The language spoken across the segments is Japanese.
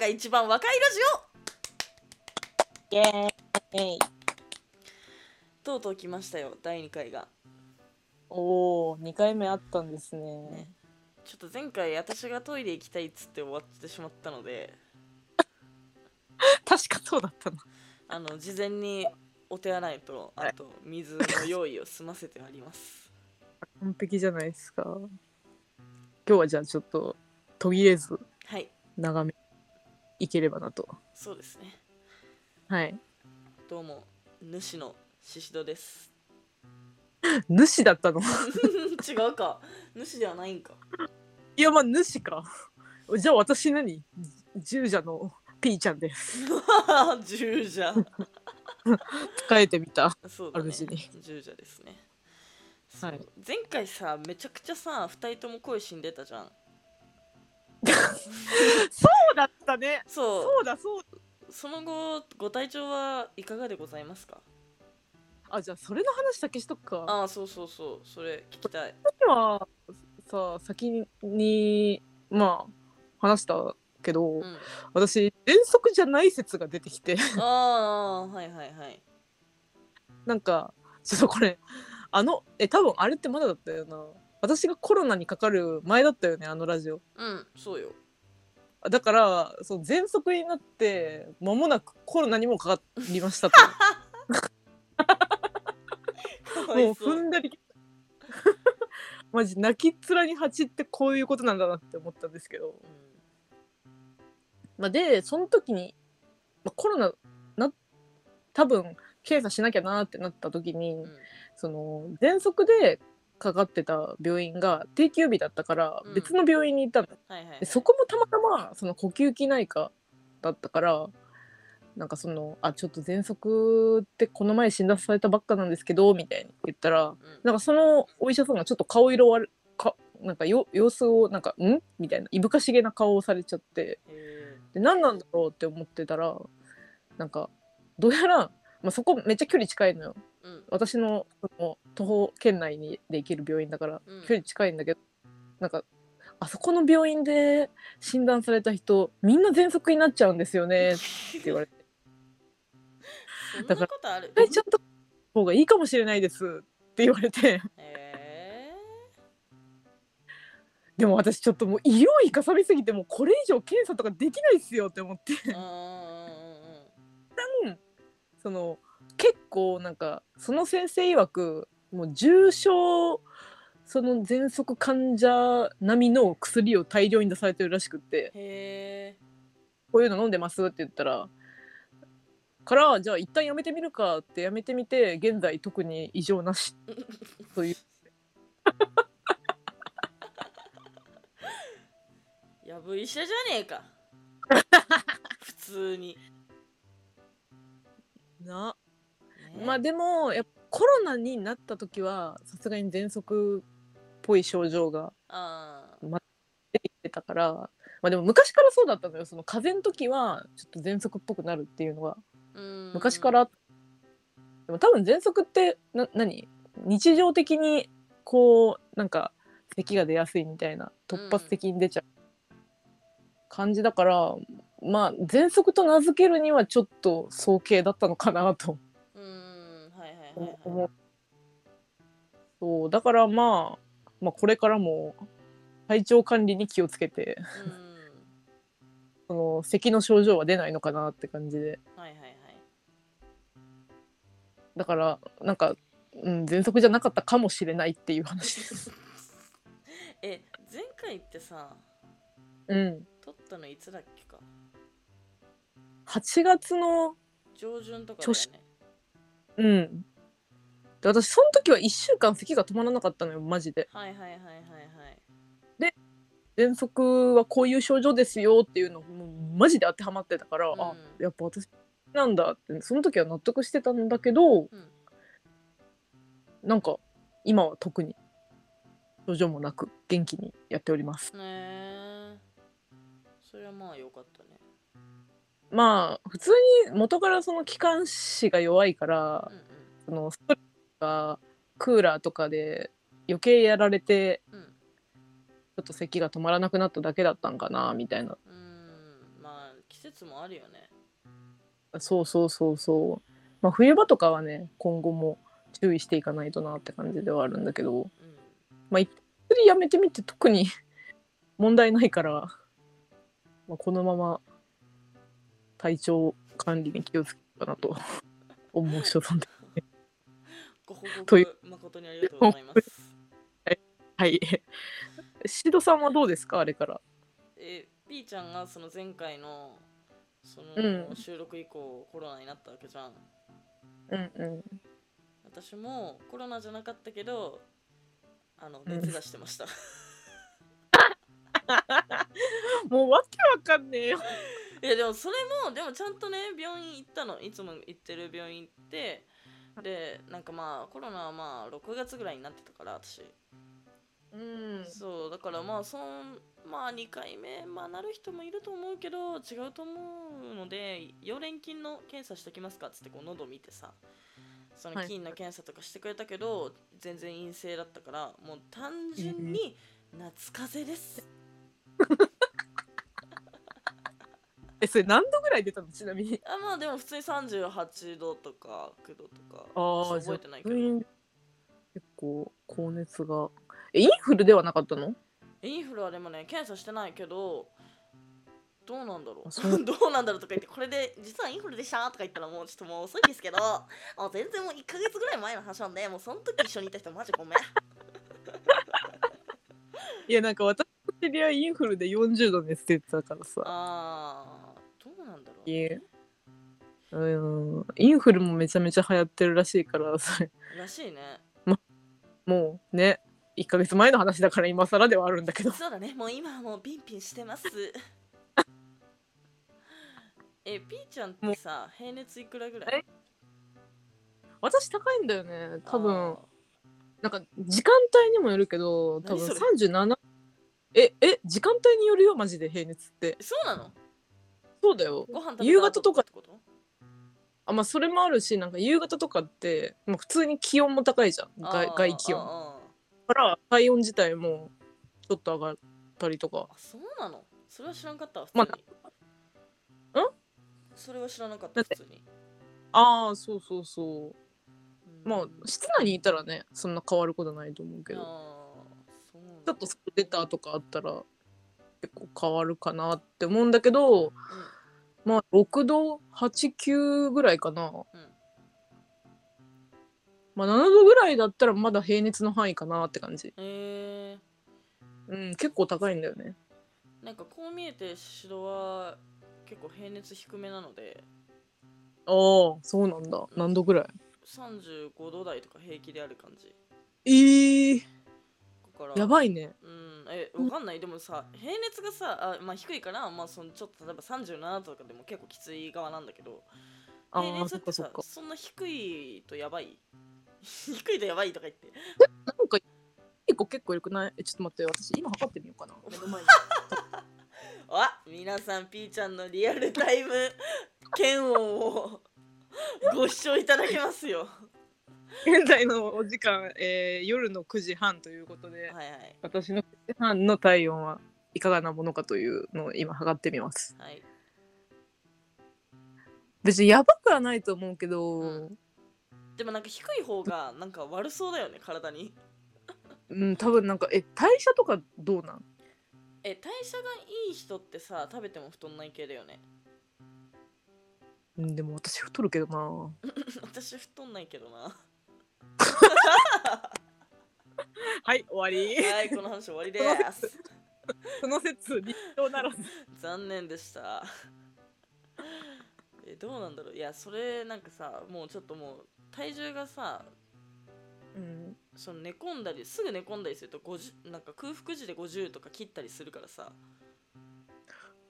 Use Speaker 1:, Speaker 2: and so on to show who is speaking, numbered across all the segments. Speaker 1: が一番若いラジオ
Speaker 2: イエーイ
Speaker 1: とうとう来ましたよ第2回が、
Speaker 2: おお2回目あったんですね
Speaker 1: ね、ちょっと前回私がトイレ行きたいっつって終わってしまったので
Speaker 2: 確かそうだったな
Speaker 1: あの事前にお手洗いとあと水の用意を済ませてあり ます
Speaker 2: 完璧じゃないですか今日はじゃあちょっと途切れず
Speaker 1: はい
Speaker 2: 眺めいければなと
Speaker 1: そうですね
Speaker 2: はい
Speaker 1: どうも主のししどです
Speaker 2: 主だったの
Speaker 1: 違うか主ではないんか
Speaker 2: いやまあ主かじゃあ私何従者の P ちゃんです
Speaker 1: 十じゃん
Speaker 2: 変えてみた
Speaker 1: そうだね
Speaker 2: 主に
Speaker 1: 従者ですね
Speaker 2: はい
Speaker 1: 前回さめちゃくちゃさ2人とも声死んでたじゃん
Speaker 2: そうだったね
Speaker 1: そう
Speaker 2: そうだそうだ
Speaker 1: その後ご体調はいかがでございますか
Speaker 2: あじゃあそれの話先しとくか
Speaker 1: ああそうそうそうそれ聞きた い
Speaker 2: はさ先にまあ話したけど、
Speaker 1: うんあ
Speaker 2: 私遠足じゃない説が出てき て
Speaker 1: ーあーはいはいはい
Speaker 2: なんかちょっとこれあのえ多分あれってまだだったよな私がコロナにかかる前だったよねあのラジオ
Speaker 1: うんそうよ
Speaker 2: あだからその喘息になって間もなくコロナにもかかりましたともう踏んだり マジ泣きっ面に蜂ってこういうことなんだなって思ったんですけど
Speaker 1: うん
Speaker 2: まあ、でその時に、まあ、コロナな多分検査しなきゃなってなった時に、
Speaker 1: うん
Speaker 2: その喘息でかかってた病院が定休日だったから
Speaker 1: うん
Speaker 2: 別の病院に行ったんだ、
Speaker 1: はいはい、は
Speaker 2: で
Speaker 1: い、
Speaker 2: そこもたまたまその呼吸器内科だったからなんかその「あちょっと喘息ってこの前診断されたばっかなんですけど」みたいに言ったら
Speaker 1: うん、
Speaker 2: なんかそのお医者さんがちょっと顔色悪かなんかよ様子をなんか「ん?」みたいないぶかしげな顔をされちゃって。
Speaker 1: へ
Speaker 2: で何なんだろうって思ってたらなんかどうやら、まあ、そこめっちゃ距離近いのよ
Speaker 1: ーうん
Speaker 2: 私のその徒歩圏内にで行ける病院だから
Speaker 1: うん
Speaker 2: 距離近いんだけど、なんかあそこの病院で診断された人みんな喘息になっちゃうんですよねって言われて「
Speaker 1: そん
Speaker 2: だか
Speaker 1: な
Speaker 2: ら
Speaker 1: ことある
Speaker 2: えちゃんと方がいいかもしれないです」って言われて
Speaker 1: え
Speaker 2: でも私ちょっともう医療費かさびすぎてもうこれ以上検査とかできないっすよって思って
Speaker 1: ー、うんうんうん
Speaker 2: その結構なんかその先生曰くもう重症その喘息患者並みの薬を大量に出されてるらしくって
Speaker 1: へえ
Speaker 2: こういうの飲んでますって言ったらからじゃあ一旦やめてみるかってやめてみて現在特に異常なしという
Speaker 1: やぶ医者じゃねえ か普通に、
Speaker 2: な、
Speaker 1: ね
Speaker 2: まあでもやっぱコロナになった時はさすがに喘息っぽい症状が
Speaker 1: あー
Speaker 2: 出てきてたから、まあ、でも昔からそうだったのよその風邪の時はちょっと喘息っぽくなるっていうのが
Speaker 1: うん
Speaker 2: 昔から、でも多分喘息ってな何日常的にこうなんか咳が出やすいみたいな突発的に出ちゃう感じだから、まあ喘息と名付けるにはちょっと早計だったのかなと
Speaker 1: うんはいはいはい、はい、
Speaker 2: 思う。そうだから、まあ、まあこれからも体調管理に気をつけて
Speaker 1: う
Speaker 2: その咳の症状は出ないのかなって感じで
Speaker 1: んはいはいはい
Speaker 2: だからなんか、うん、喘息じゃなかったかもしれないっていう話です。
Speaker 1: え前回ってさ
Speaker 2: うん、
Speaker 1: 撮ったのいつだっけか
Speaker 2: 8月の、
Speaker 1: 上旬とかだよね
Speaker 2: うん、で私その時は1週間咳が止まらなかったのよマジで。
Speaker 1: はいはいはいはいはい
Speaker 2: 喘息はこういう症状ですよっていうのもうマジで当てはまってたから、
Speaker 1: うん
Speaker 2: あやっぱ私なんだってその時は納得してたんだけど、
Speaker 1: ん
Speaker 2: なんか今は特に症状もなく元気にやっております。
Speaker 1: ねえそれはまあよかったね
Speaker 2: まあ普通に元からその気管支が弱いから
Speaker 1: う、ん
Speaker 2: そのストレスがクーラーとかで余計やられて
Speaker 1: うんうん
Speaker 2: ちょっと咳が止まらなくなっただけだったんかなみたいな
Speaker 1: うーんまあ季説もあるよね
Speaker 2: そうそうそうそう、まあ、冬場とかはね今後も注意していかないとなって感じではあるんだけど
Speaker 1: うん
Speaker 2: 釣りやめてみて特に 問題ないから、まあ、このまま体調管理に気をつけようかなと思う所存で
Speaker 1: ご報
Speaker 2: とい
Speaker 1: 告誠にありがとうござい ます
Speaker 2: はいシドさんはどうですかあれから
Speaker 1: えー P ちゃんがその前回のその
Speaker 2: うん
Speaker 1: 収録以降コロナになったわけじゃん
Speaker 2: うんうん
Speaker 1: 私もコロナじゃなかったけどあの
Speaker 2: うん
Speaker 1: 熱出してました
Speaker 2: もうわけわかんねえよ
Speaker 1: いやでもそれもでもちゃんとね病院行ったのいつも行ってる病院行ってでなんかまあコロナはまあ6月ぐらいになってたから私
Speaker 2: うん
Speaker 1: そうだからまあそんまあ2回目、まあ、なる人もいると思うけど違うと思うので溶連菌の検査しときますかっつってこう喉見てさその
Speaker 2: はい
Speaker 1: 菌の検査とかしてくれたけど、全然陰性だったからもう単純に夏風邪です、
Speaker 2: えそれ何度ぐらい出たのちなみに
Speaker 1: あまあでも普通に38度とか9度とか
Speaker 2: ああ
Speaker 1: 覚えてないけど
Speaker 2: 入院結構高熱がえインフルではなかったの
Speaker 1: インフルはでもね検査してないけどどうなんだろ
Speaker 2: あそう
Speaker 1: どうなんだろうとか言ってこれで実はインフルでしたとか言ったらもうちょっともう遅いですけどあ全然もう1ヶ月ぐらい前の話なんでもうその時一緒にいた人マジごめ ん
Speaker 2: いやなんか私の知り合いインフルで40度熱出てたからさ
Speaker 1: あーどうなんだろ
Speaker 2: いえうんインフルもめちゃめちゃ流行ってるらしいからそれ
Speaker 1: うらしいね
Speaker 2: もうね1ヶ月前の話だから今更ではあるんだけど
Speaker 1: そうだねもう今はもうピンピンしてます えピーちゃんってさ平熱いくらぐらい
Speaker 2: 私高いんだよね多
Speaker 1: あ
Speaker 2: 分
Speaker 1: ー
Speaker 2: なんか時間帯にもよるけど多分
Speaker 1: 何そ
Speaker 2: 37ええ時間帯によるよマジで平熱って
Speaker 1: そうなの
Speaker 2: そうだよ
Speaker 1: ご飯食べた後
Speaker 2: 夕方とか
Speaker 1: ってこと
Speaker 2: あまあそれもあるしなんか夕方とかって、まあ、普通に気温も高いじゃん外
Speaker 1: あー
Speaker 2: 外気温
Speaker 1: あー
Speaker 2: だ
Speaker 1: あー
Speaker 2: から体温自体もちょっと上がったりとか
Speaker 1: あそうなのそれは知らんかったわ普通
Speaker 2: まあ
Speaker 1: に、
Speaker 2: ん
Speaker 1: それは知らなかった
Speaker 2: だっ
Speaker 1: 普
Speaker 2: て
Speaker 1: 通に
Speaker 2: ああそうそうそうんまあ室内にいたらねそんな変わることないと思うけ
Speaker 1: あ
Speaker 2: ど
Speaker 1: ーそうなん
Speaker 2: ち
Speaker 1: だ
Speaker 2: ょっと外出たとかあったら結構変わるかなって思うんだけどまあ6度89ぐらいかな、
Speaker 1: うんうん
Speaker 2: まあ、7度ぐらいだったらまだ平熱の範囲かなって感じ
Speaker 1: え
Speaker 2: うん結構高いんだよね
Speaker 1: ー、なんかこう見えてシドは結構平熱低めなので
Speaker 2: ああそうなんだ何度ぐらい
Speaker 1: 35度台とか平気である感じ
Speaker 2: ええ
Speaker 1: だから
Speaker 2: やばいね
Speaker 1: うんえわかんないでもさ平熱がさあ、まあ、低いから、まあ、そのちょっと例えば37とかでも結構きつい側なんだけど
Speaker 2: あ
Speaker 1: 平
Speaker 2: あ
Speaker 1: 熱
Speaker 2: そ
Speaker 1: っ
Speaker 2: っか
Speaker 1: て
Speaker 2: そ
Speaker 1: さ
Speaker 2: っか
Speaker 1: そんな低いとやばい 低いとやばいとか言って
Speaker 2: なんか結構結構よくないえちょっと待って私今測ってみようかな目 の前に
Speaker 1: あ皆さん P ちゃんのリアルタ イム検温をご視聴いただけます よ
Speaker 2: 現在のお時間、えー夜の9時半ということで、
Speaker 1: はいはい
Speaker 2: 私の9時半の体温はいかがなものかというのを今測ってみます
Speaker 1: はい
Speaker 2: 別にやばくはないと思うけど
Speaker 1: うでもなんか低い方がなんか悪そうだよね体に
Speaker 2: うん多分なんかえ代謝とかどうなん
Speaker 1: え代謝がいい人ってさ食べても太んない系だよね
Speaker 2: うんでも私太るけどな
Speaker 1: 私太んないけどな
Speaker 2: はい終わり
Speaker 1: はいこの話終わりです
Speaker 2: その説立証ならず
Speaker 1: 残念でしたえどうなんだろういやそれなんかさもうちょっともう体重がさ
Speaker 2: うん
Speaker 1: その寝込んだりすぐ寝込んだりすると50なんか空腹時で50とか切ったりするからさ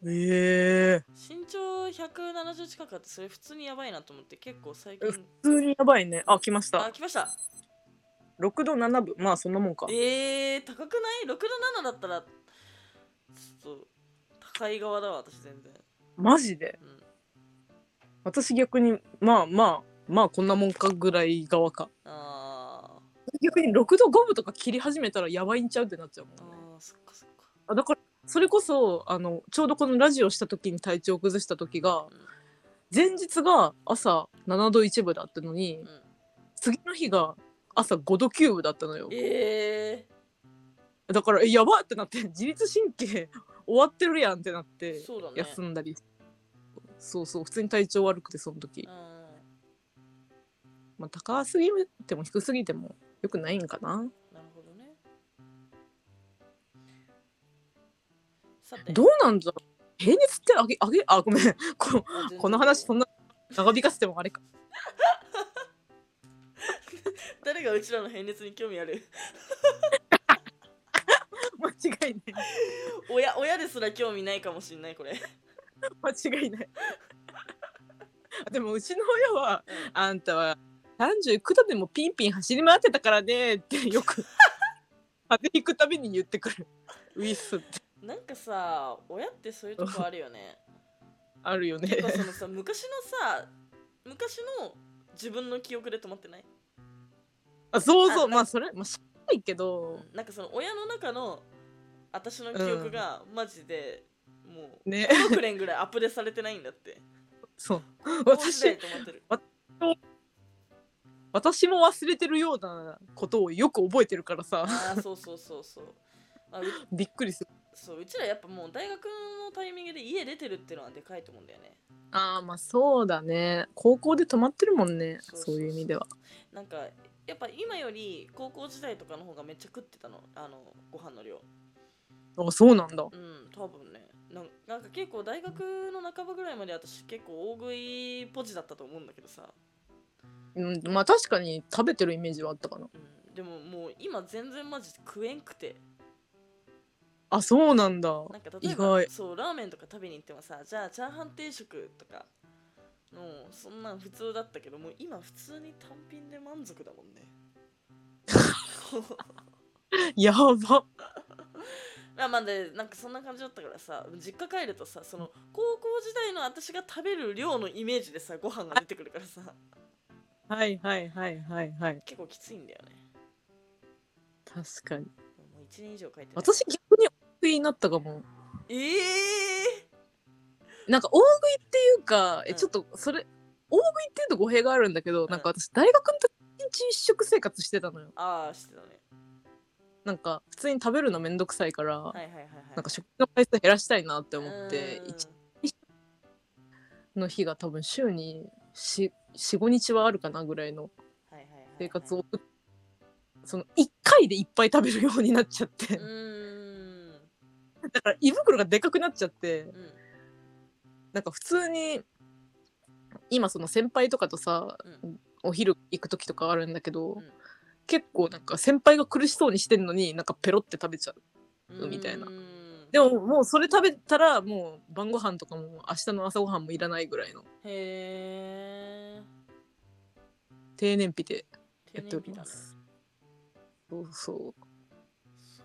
Speaker 2: ええ
Speaker 1: 身長170近くあってそれ普通にやばいなと思って結構最
Speaker 2: う
Speaker 1: 近
Speaker 2: ん普通にやばいねあ来まし
Speaker 1: あ
Speaker 2: た
Speaker 1: 来ました
Speaker 2: 6度7分まあそんなもんか
Speaker 1: えー、高くない ?6 の7だったらちょっと高い側だわ私全然、
Speaker 2: マジで
Speaker 1: うん、
Speaker 2: 私逆にまあまあまあこんなもんかぐらい側か
Speaker 1: あー
Speaker 2: 逆に6度5分とか切り始めたらやばいんちゃうってなっちゃうもんね
Speaker 1: あーそっかそっか
Speaker 2: あだからそれこそあのちょうどこのラジオした時に体調を崩した時が前日が朝7度1分だったのに
Speaker 1: うん
Speaker 2: 次の日が朝5度9分だったのよ
Speaker 1: え
Speaker 2: だからえやばってなって自律神経終わってるやんってなっ
Speaker 1: え
Speaker 2: て
Speaker 1: そうだね
Speaker 2: 休んだりそうそう普通に体調悪くてその時
Speaker 1: う、ん
Speaker 2: まあ、高すぎても低すぎてもよくないんかな
Speaker 1: なるほどねさて
Speaker 2: どうなんだろう平熱ってあげあげあごめんこ
Speaker 1: あ全然
Speaker 2: この話そんな長引かせてもあれか
Speaker 1: 誰がうちらの変熱に興味ある
Speaker 2: 間違いない
Speaker 1: 親親ですら興味ないかもしんないこれ
Speaker 2: 間違い ないでもうちの親は「あんたは39度でもピンピン走り回ってたからね」っ てよく風邪ひくたびに言ってくるウィスって
Speaker 1: なんかさ親ってそういうとこあるよね
Speaker 2: ある よね
Speaker 1: てかそのさ昔のさ昔の自分の記憶で止まってない
Speaker 2: あそうそ
Speaker 1: あ
Speaker 2: うまあそれまあしっかりけど
Speaker 1: なんかその親の中の私の記憶がマジで、もう
Speaker 2: ね
Speaker 1: 6年ぐらいアップデートされてないんだって
Speaker 2: そう
Speaker 1: どうし
Speaker 2: 私
Speaker 1: て止まってる
Speaker 2: 私も忘れてるようなことをよく覚えてるからさ
Speaker 1: ああそうそうそうそうあう
Speaker 2: びっくりする
Speaker 1: そううちらやっぱもう大学のタイミングで家出てるっていうのはでかいと思うんだよね
Speaker 2: あーまあそうだね高校で止まってるもんね
Speaker 1: そう
Speaker 2: そう
Speaker 1: そうそう
Speaker 2: いう意味では
Speaker 1: なんかやっぱ今より高校時代とかの方がめっちゃ食ってたのあのご飯の量
Speaker 2: あそうなんだ
Speaker 1: うん多分ねなんなんか結構大学の半ばぐらいまで私結構大食いポジだったと思うんだけどさ、
Speaker 2: うんまあ確かに食べてるイメージはあったかな
Speaker 1: うん、でももう今全然マジで食えんくて
Speaker 2: あそうなんだ
Speaker 1: なんか例え
Speaker 2: 意
Speaker 1: ば
Speaker 2: 外
Speaker 1: そうラーメンとか食べに行ってもさじゃあチャーハン定食とかのそんなん普通だったけどもう今普通に単品で満足だもんね
Speaker 2: やば
Speaker 1: まあまあでなんかそんな感じだったからさ実家帰るとさその高校時代の私が食べる量のイメージでさご飯が出てくるからさ
Speaker 2: はいはいはいはいはい
Speaker 1: 結構きついんだよね
Speaker 2: 確かに
Speaker 1: もう1年以上書いてない
Speaker 2: 私逆に大食いになったかも
Speaker 1: ええ
Speaker 2: なんか大食いっていうか、
Speaker 1: う
Speaker 2: え
Speaker 1: ん
Speaker 2: ちょっとそれ大食いっていうと語弊があるんだけど、なんか私大学の時一日一食生活してたのよ
Speaker 1: ああしてたね
Speaker 2: なんか普通に食べるのめんどくさいから、
Speaker 1: はいはいはいはい
Speaker 2: なんか食の回数減らしたいなって思って
Speaker 1: うん
Speaker 2: 一の日が多分週に45日はあるかなぐらいの
Speaker 1: はいはいはいはい
Speaker 2: 生活を送っその1回でいっぱい食べるようになっちゃって
Speaker 1: うーん
Speaker 2: だから胃袋がでかくなっちゃって
Speaker 1: うん
Speaker 2: なんか普通に今その先輩とかとさ
Speaker 1: うん
Speaker 2: お昼行く時とかあるんだけど、
Speaker 1: うん
Speaker 2: 結構なんか先輩が苦しそうにしてんのになんかペロって食べちゃうみたいな
Speaker 1: うーん
Speaker 2: でももうそれ食べたらもう晩ご飯とかも明日の朝ご飯もいらないぐらいの
Speaker 1: へえ
Speaker 2: 低燃費で
Speaker 1: や
Speaker 2: や
Speaker 1: っ
Speaker 2: ってて
Speaker 1: お
Speaker 2: お
Speaker 1: り
Speaker 2: り
Speaker 1: ま
Speaker 2: ますす。そうそう。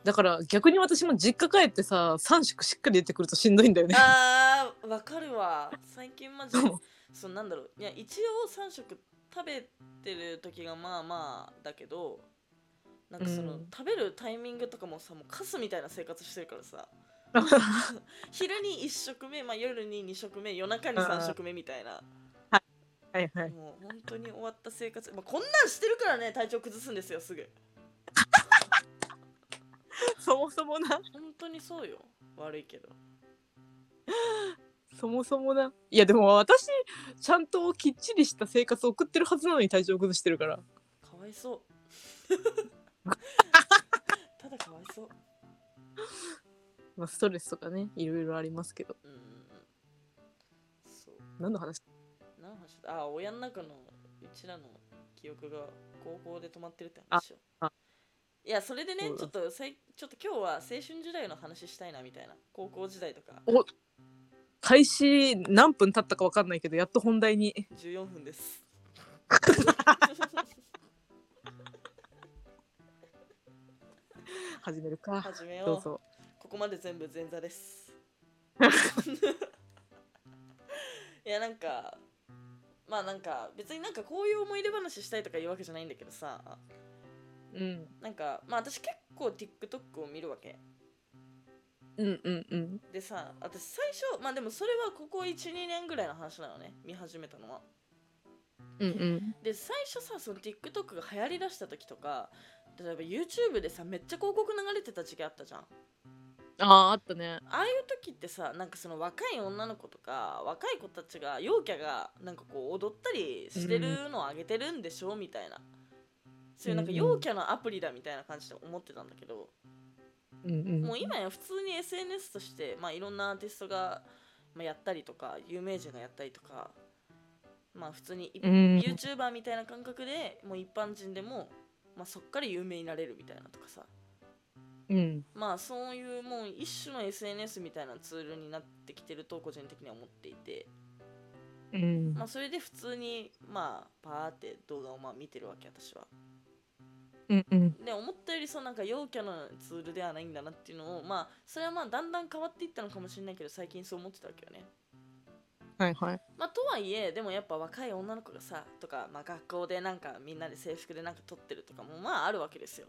Speaker 2: だから逆に私も実家帰ってさ3食しっかり出てくるとしんどいんだよね。
Speaker 1: あーわかるわ最近マジで
Speaker 2: そう
Speaker 1: そのなんだろういや一応3食食べてる時がまあまあだけどなんかその、
Speaker 2: うん
Speaker 1: 食べるタイミングとかもさもうカスみたいな生活してるから さ昼に1食目、まあ、夜に2食目夜中に3食目みたいな
Speaker 2: はいはい。
Speaker 1: もう本当に終わった生活、まあ、こんなんしてるからね体調崩すんですよすぐ
Speaker 2: そもそもな
Speaker 1: 本当にそうよ悪いけど
Speaker 2: そもそもな。いやでも私ちゃんときっちりした生活を送ってるはずなのに体調崩してるから。
Speaker 1: かわいそうただかわいそう
Speaker 2: まあストレスとかねいろいろありますけど。
Speaker 1: うんそう
Speaker 2: 何の話
Speaker 1: 何の話だあ親の中のうちらの記憶が高校で止まってるって話よ
Speaker 2: ああ
Speaker 1: いやそれでね
Speaker 2: そう
Speaker 1: ち
Speaker 2: だ
Speaker 1: ょっとさいちょっと今日は青春時代の話したいなみたいな高校時代とか
Speaker 2: 開始何分経ったかわかんないけどやっと本題に。
Speaker 1: 14分です
Speaker 2: 始めるか。
Speaker 1: 始め
Speaker 2: ど
Speaker 1: よ
Speaker 2: う
Speaker 1: う
Speaker 2: ぞ。
Speaker 1: ここまで全部前座ですいやなんかまあなんか別になんかこういう思い出話したいとかいうわけじゃないんだけどさ
Speaker 2: うん。
Speaker 1: なんかまあ私結構 TikTok を見るわけ
Speaker 2: うんうんうん
Speaker 1: でさ私最初まあでもそれはここ12年ぐらいの話なのね見始めたのは
Speaker 2: うんうん
Speaker 1: で最初さその TikTok が流行りだした時とか例えば YouTube でさめっちゃ広告流れてた時期あったじゃんあ
Speaker 2: あーあったね
Speaker 1: あいう時ってさなんかその若い女の子とか若い子たちが陽キャがなんかこう踊ったりしてるのを上げてるんでしょみたいなそういうなんか
Speaker 2: うん
Speaker 1: 陽キャのアプリだみたいな感じで思ってたんだけど
Speaker 2: うんうん
Speaker 1: もう今や普通に SNS として、まあ、いろんなアーティストが、まあ、やったりとか有名人がやったりとか、まあ、普通にい、
Speaker 2: うん
Speaker 1: YouTuber みたいな感覚でもう一般人でも、まあ、そっから有名になれるみたいなとかさ
Speaker 2: うん
Speaker 1: まあそういうもう一種の SNS みたいなツールになってきてると個人的には思っていて、
Speaker 2: うん
Speaker 1: まあ、それで普通にまあパーって動画をまあ見てるわけ私は。
Speaker 2: うんうん
Speaker 1: で思ったよりそのなんか陽キャのツールではないんだなっていうのをまあそれはまあだんだん変わっていったのかもしれないけど最近そう思ってたわけよね。
Speaker 2: はいはい
Speaker 1: まあ、とはいえでもやっぱ若い女の子がさとか、まあ、学校でなんかみんなで制服でなんか撮ってるとかもまああるわけですよ。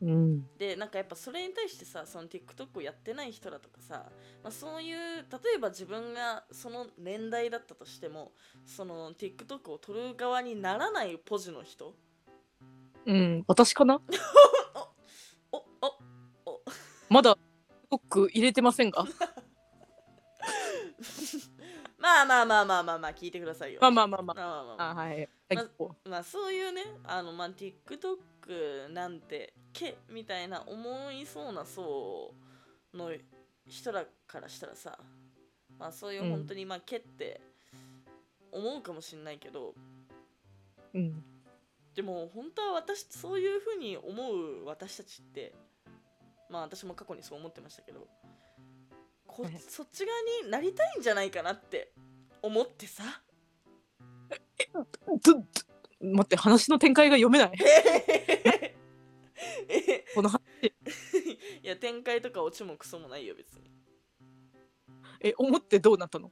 Speaker 2: うん
Speaker 1: でなんかやっぱそれに対してさその TikTok をやってない人だとかさ、まあ、そういう例えば自分がその年代だったとしてもその TikTok を撮る側にならないポジの人
Speaker 2: うん私か な
Speaker 1: お お
Speaker 2: まだロック入れてませんが
Speaker 1: まあまあまあまあまあまあ聞いてくださいよ。
Speaker 2: まあまあまあま
Speaker 1: まあまあまあまあ
Speaker 2: ああはい
Speaker 1: ま
Speaker 2: は
Speaker 1: あ
Speaker 2: いこ
Speaker 1: まあそういうねあのまあ TikTok なんてけみたいな思いそうな層の人らからしたらさまあそういう
Speaker 2: うん
Speaker 1: 本当にまあけって思うかもしれないけど、
Speaker 2: ううん
Speaker 1: でも本当は私そういうふうに思う私たちってまあ私も過去にそう思ってましたけどこ
Speaker 2: はい
Speaker 1: そっち側になりたいんじゃないかなって思って さ
Speaker 2: ずず待って話の展開が読めないこの話
Speaker 1: いや展開とかオチもクソもないよ別に
Speaker 2: え思ってどうなったの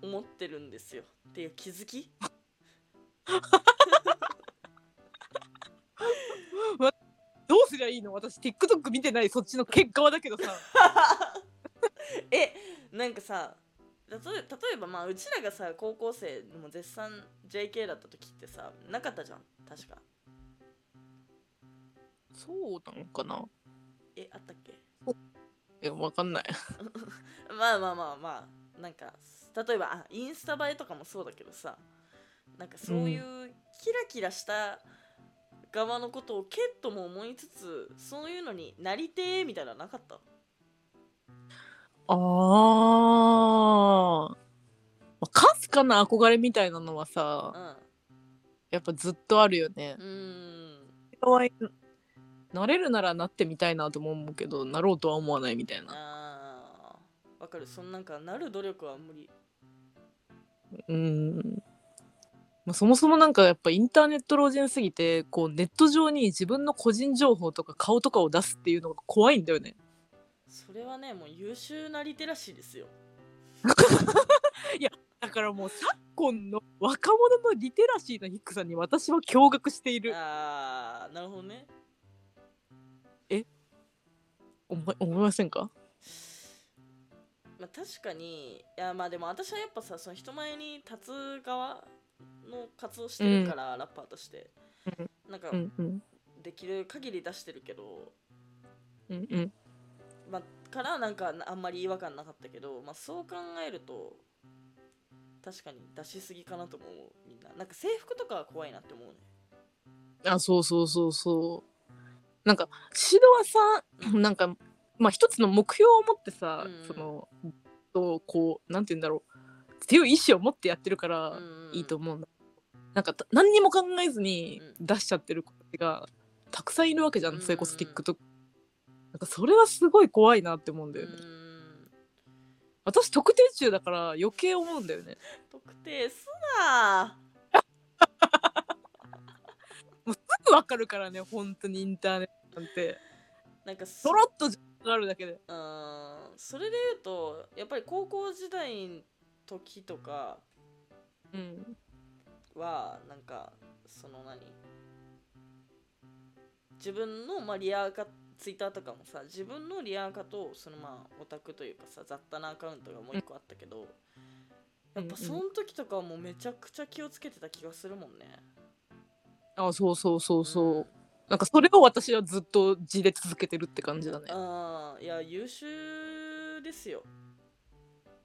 Speaker 1: 思ってるんですよっていう気づき
Speaker 2: どうすりゃいいの私 TikTok 見てないそっちの結果はだけどさ
Speaker 1: えなんかさ例え例えばまあうちらがさ高校生も絶賛 JK だった時ってさなかったじゃん確か
Speaker 2: そうなのかな
Speaker 1: えあったっけ
Speaker 2: えわかんない
Speaker 1: まあまあまあまあなんか例えばあインスタ映えとかもそうだけどさなんかそういううキラキラした側のことをケッとも思いつつそういうのになりてーみたいなのなかった
Speaker 2: あーまあかすかな憧れみたいなのはさ
Speaker 1: うん
Speaker 2: やっぱずっとあるよね
Speaker 1: う。ーん
Speaker 2: 可愛いなれるならなってみたいなとも思うけどなろうとは思わないみたいな。
Speaker 1: あーわかるそんなんかなる努力は無理
Speaker 2: うんまあ、そもそもなんかやっぱインターネット老人すぎてこうネット上に自分の個人情報とか顔とかを出すっていうのが怖いんだよね。
Speaker 1: それはねもう優秀なリテラシーですよ
Speaker 2: だからもう昨今の若者のリテラシーの低さに私は驚愕している。
Speaker 1: あーなるほどね
Speaker 2: 思い思いませんか
Speaker 1: まあ確かにいやまあでも私はやっぱさその人前に立つ側の活動してるから、ラッパーとして、なんか
Speaker 2: うんうん
Speaker 1: できる限り出してるけど、
Speaker 2: うんうん
Speaker 1: まあ、からなんかあんまり違和感なかったけど、まあ、そう考えると確かに出しすぎかなとも思うみんななんか制服とかは怖いなって思うね
Speaker 2: あそうそうそうそうなんかシドはさ
Speaker 1: うん
Speaker 2: なんかまあ一つの目標を持ってさ、
Speaker 1: うんうん
Speaker 2: そのとこうなんて言うんだろう強い意志を持ってやってるから
Speaker 1: うん
Speaker 2: いいと思うんだ、なんかた何にも考えずに
Speaker 1: う
Speaker 2: 出しちゃってる子たちがたくさんいるわけじゃん、
Speaker 1: うんうん
Speaker 2: それこそ TikTok なんかそれはすごい怖いなって思うんだよね、
Speaker 1: うん
Speaker 2: 私特定中だから余計思うんだよね
Speaker 1: 特定すな
Speaker 2: すぐわかるからね本当にインターネットなんて
Speaker 1: なんかそ
Speaker 2: そろっとあるだけで
Speaker 1: うーんそれで言うとやっぱり高校時代の時とか
Speaker 2: うん
Speaker 1: はなんかその何自分のまあリアカツイッターとかもさ自分のリアカとそのまあオタクというかさ雑多なアカウントがもう一個あったけど、やっぱその時とかはもうめちゃくちゃ気をつけてた気がするもんね。
Speaker 2: あそうそうそうそう、
Speaker 1: うん
Speaker 2: なんかそれを私はずっと字で続けてるって感じだね
Speaker 1: ああいや優秀ですよ。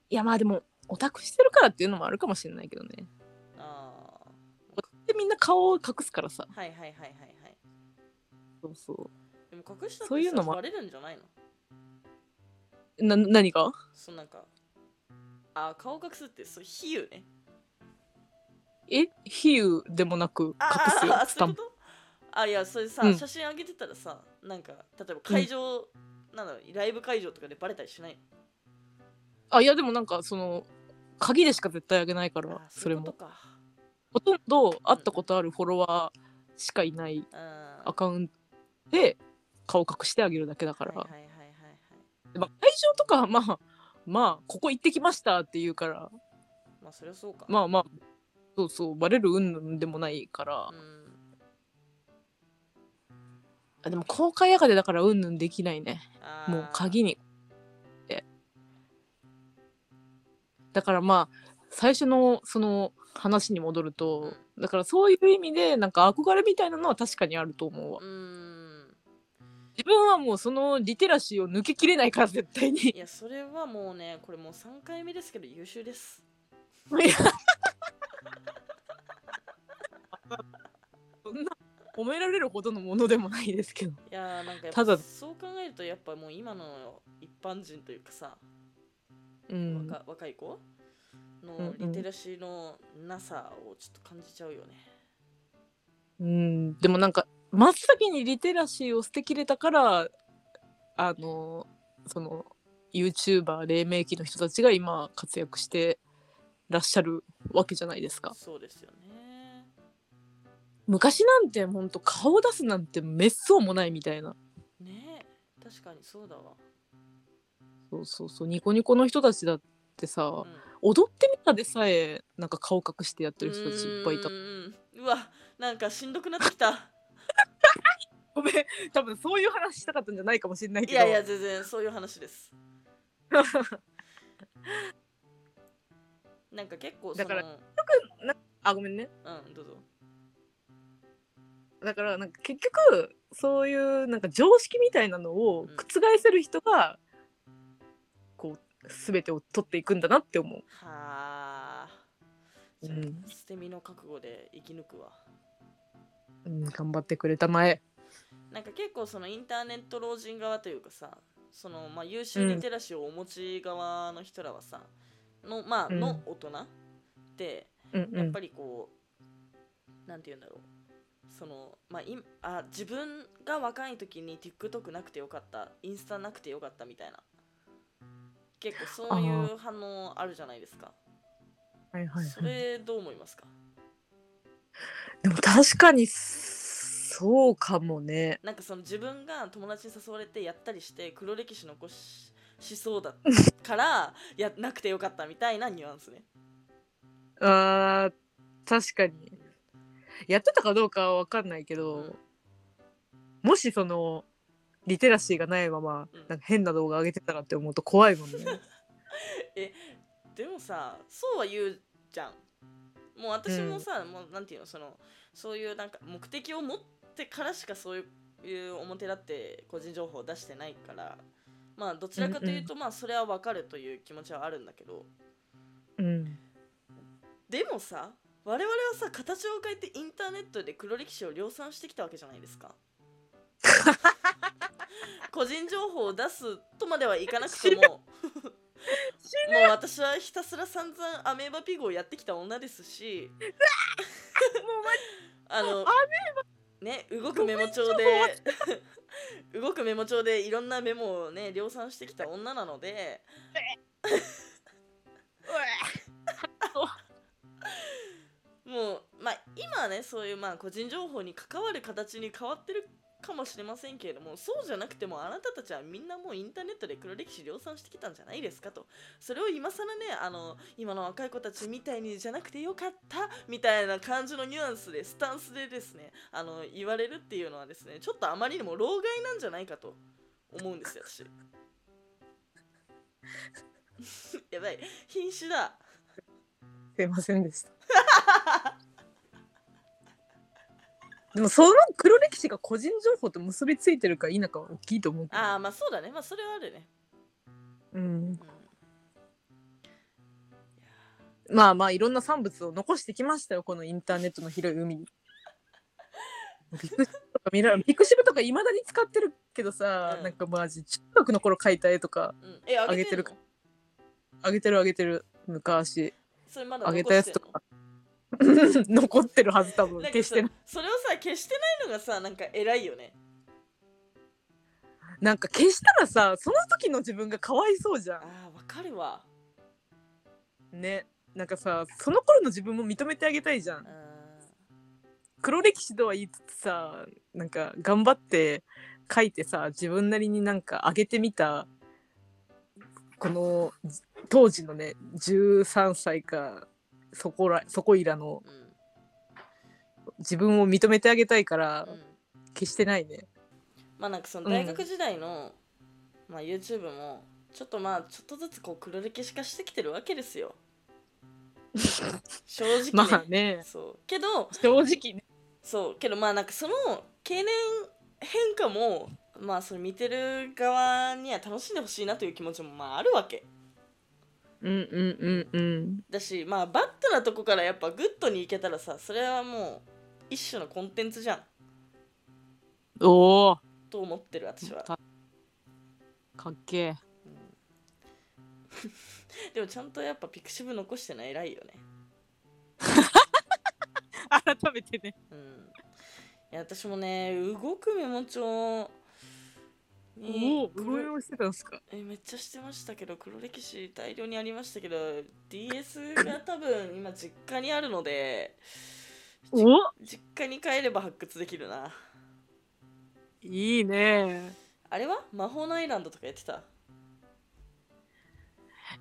Speaker 2: いやまあでもオタクしてるからっていうのもあるかもしれないけどね
Speaker 1: ああ
Speaker 2: オタクってみんな顔を隠すからさ
Speaker 1: はいはいはいはいはい。
Speaker 2: そうそう
Speaker 1: でも隠したって
Speaker 2: そういうの
Speaker 1: さ
Speaker 2: も
Speaker 1: バレるんじゃないの
Speaker 2: な何が
Speaker 1: そのなんかあー顔隠すってそう比喩ね。
Speaker 2: え比喩でもなく
Speaker 1: あ
Speaker 2: 隠すよ
Speaker 1: ああ
Speaker 2: ス
Speaker 1: そ
Speaker 2: タ
Speaker 1: うい
Speaker 2: ン
Speaker 1: う
Speaker 2: プ
Speaker 1: ことあいやそれさ、
Speaker 2: うん
Speaker 1: 写真上げてたらさなんか例えば会場、なんだろうライブ会場とかでバレたりしない
Speaker 2: あいやでもなんかその鍵でしか絶対あげないか
Speaker 1: の
Speaker 2: ら
Speaker 1: あ
Speaker 2: それ
Speaker 1: ういうこ
Speaker 2: も
Speaker 1: とか
Speaker 2: ほとんど会ったことあるフォロワーしかいない
Speaker 1: うん
Speaker 2: アカウントで顔隠してあげるだけだから、
Speaker 1: はいはいはいはいはい
Speaker 2: まあ、会場とかはまあまあここ行ってきましたって言うから
Speaker 1: まあそれはそうか
Speaker 2: まあまあそうそうバレる云々でもないから
Speaker 1: う、ん
Speaker 2: あでも公開赤でだから云々できないね
Speaker 1: あー
Speaker 2: もう鍵にえだからまあ最初のその話に戻ると、だからそういう意味でなんか憧れみたいなのは確かにあると思うわ
Speaker 1: うん
Speaker 2: 自分はもうそのリテラシーを抜けきれないから絶対に
Speaker 1: いやそれはもうねこれもう3回目ですけど優秀です
Speaker 2: いやそんな褒められるほどのものでもないですけど
Speaker 1: いやーなんかやっぱ
Speaker 2: ただ
Speaker 1: そう考えるとやっぱもう今の一般人というかさ
Speaker 2: うん
Speaker 1: 若若い子
Speaker 2: うん
Speaker 1: の
Speaker 2: う
Speaker 1: リ
Speaker 2: ん
Speaker 1: テラシーのなさをちょっと感じちゃうよね。
Speaker 2: うんでもなんか真っ先にリテラシーを捨てきれたからあのその YouTuber 黎明期の人たちが今活躍してらっしゃるわけじゃないですか
Speaker 1: そうですよね。
Speaker 2: 昔なんてほんと顔出すなんて滅相もないみたいな
Speaker 1: ねえ確かにそうだわ。
Speaker 2: そうそうそうニコニコの人たちだってさ
Speaker 1: うん
Speaker 2: 踊ってみたでさえなんか顔隠してやってる人たちいっぱいいた
Speaker 1: うーんうわなんかしんどくなってき た。
Speaker 2: ごめん多分そういう話したかったんじゃないかもしれない
Speaker 1: いやいや全然そういう話です。 なんか結構その
Speaker 2: だからあごめんね
Speaker 1: うんどうぞ。
Speaker 2: だからなんか結局そういうなんか常識みたいなのを覆せる人が、こう全てを取っていくんだなって思う。
Speaker 1: はあ。じゃあ
Speaker 2: うん
Speaker 1: 捨て身の覚悟で生き抜くわ。
Speaker 2: うん、頑張ってくれたまえ。
Speaker 1: なんか結構そのインターネット老人側というかさそのまあ優秀リテラシーをお持ち側の人らはさ、のまあ
Speaker 2: うん
Speaker 1: の大人って
Speaker 2: うんう
Speaker 1: やっ
Speaker 2: ん
Speaker 1: ぱりこう、なんて言うんだろうそのまあいあ自分が若い時に TikTok なくてよかったインスタなくてよかったみたいな結構そういう反応あるじゃないですか、
Speaker 2: はいはい
Speaker 1: そ
Speaker 2: はい、
Speaker 1: れどう思いますか
Speaker 2: でも確かにそうかもね。
Speaker 1: なんかその自分が友達に誘われてやったりして黒歴史残ししそうだから やなくてよかったみたいなニュアンスね。
Speaker 2: あー確かに。やってたかどうかは分かんないけど、
Speaker 1: うん
Speaker 2: もしそのリテラシーがないまま
Speaker 1: うん
Speaker 2: なんか変な動画上げてたらって思うと怖いも んね。
Speaker 1: でもさそうは言うじゃん。もう私もさ、もうなんていうのそのそういうなんか目的を持ってからしかそういういう表立って個人情報を出してないからまあどちらかというと、まあそれはわかるという気持ちはあるんだけど
Speaker 2: うん
Speaker 1: でもさ我々はさ形を変えてインターネットで黒歴史を量産してきたわけじゃないですか個人情報を出すとまではいかなくてももう私はひたすら散々アメーバピグをやってきた女ですしあのね動くメモ帳で 動くメモ帳でいろんなメモをね量産してきた女なのでもうまあ今はねそういうまあ個人情報に関わる形に変わってるかもしれませんけれどもそうじゃなくてもあなたたちはみんなもうインターネットで黒歴史量産してきたんじゃないですかとそれを今更ねあの今の若い子たちみたいにじゃなくてよかったみたいな感じのニュアンスでスタンスでですねあの言われるっていうのはですねちょっとあまりにも老害なんじゃないかと思うんですよ私やばい瀕死だ
Speaker 2: すいませんでした でもその黒歴史が個人情報と結びついてるか否かは大きいと思うけど
Speaker 1: ああまあそうだねまあそれはあるね
Speaker 2: う
Speaker 1: う
Speaker 2: ん
Speaker 1: んいや
Speaker 2: まあまあいろんな産物を残してきましたよこのインターネットの広い海 に。ピクシブとか見らピクシブとかいまだに使ってるけどさ、
Speaker 1: うん
Speaker 2: なんかマジ中学の頃描いた絵とか
Speaker 1: ーうんえあげてる
Speaker 2: あげてる
Speaker 1: の
Speaker 2: かあげてるあげてる 昔
Speaker 1: それまだ
Speaker 2: あ
Speaker 1: 残
Speaker 2: げ
Speaker 1: して
Speaker 2: たやつと
Speaker 1: んの
Speaker 2: か残ってるはず多分
Speaker 1: なんか
Speaker 2: 消してない
Speaker 1: そそれをさ消してないのがさなんか偉いよね
Speaker 2: なんか消したらさその時の自分がかわいそうじゃ
Speaker 1: あーわかるわ
Speaker 2: んねなんかさその頃の自分も認めてあげたいじゃん
Speaker 1: うーん
Speaker 2: 黒歴史とは言いつつさなんか頑張って書いてさ自分なりになんか上げてみたこのじ当時のね13歳かそこらそこいらの
Speaker 1: うん
Speaker 2: 自分を認めてあげたいから
Speaker 1: うん
Speaker 2: 決してないね。
Speaker 1: まあなんかその
Speaker 2: うん
Speaker 1: 大学時代の、まあ YouTube もちょっとまあちょっとずつこう黒歴史化してきてるわけです よ正直、ね
Speaker 2: まあね
Speaker 1: そうけど
Speaker 2: 正直ね。
Speaker 1: そうけどまあなんかその経年変化もまあそれ見てる側には楽しんでほしいなという気持ちもまああるわけ
Speaker 2: うんうんうんうん。
Speaker 1: だしまあバッドなとこからやっぱグッドに行けたらさそれはもう一種のコンテンツじゃん
Speaker 2: おお
Speaker 1: と思ってる私は、
Speaker 2: かかっけえ。
Speaker 1: うん、 でもちゃんとやっぱピクシブ残してない偉いよね
Speaker 2: 改めてね。
Speaker 1: うんいや私もね動くメモ帳
Speaker 2: おお
Speaker 1: に
Speaker 2: うろいろしてたんすか。
Speaker 1: えめっちゃしてましたけど黒歴史大量にありましたけど DS が多分今実家にあるので
Speaker 2: お
Speaker 1: 実家に帰れば発掘できるない
Speaker 2: いね。
Speaker 1: あれは魔法のアイランドとかやってた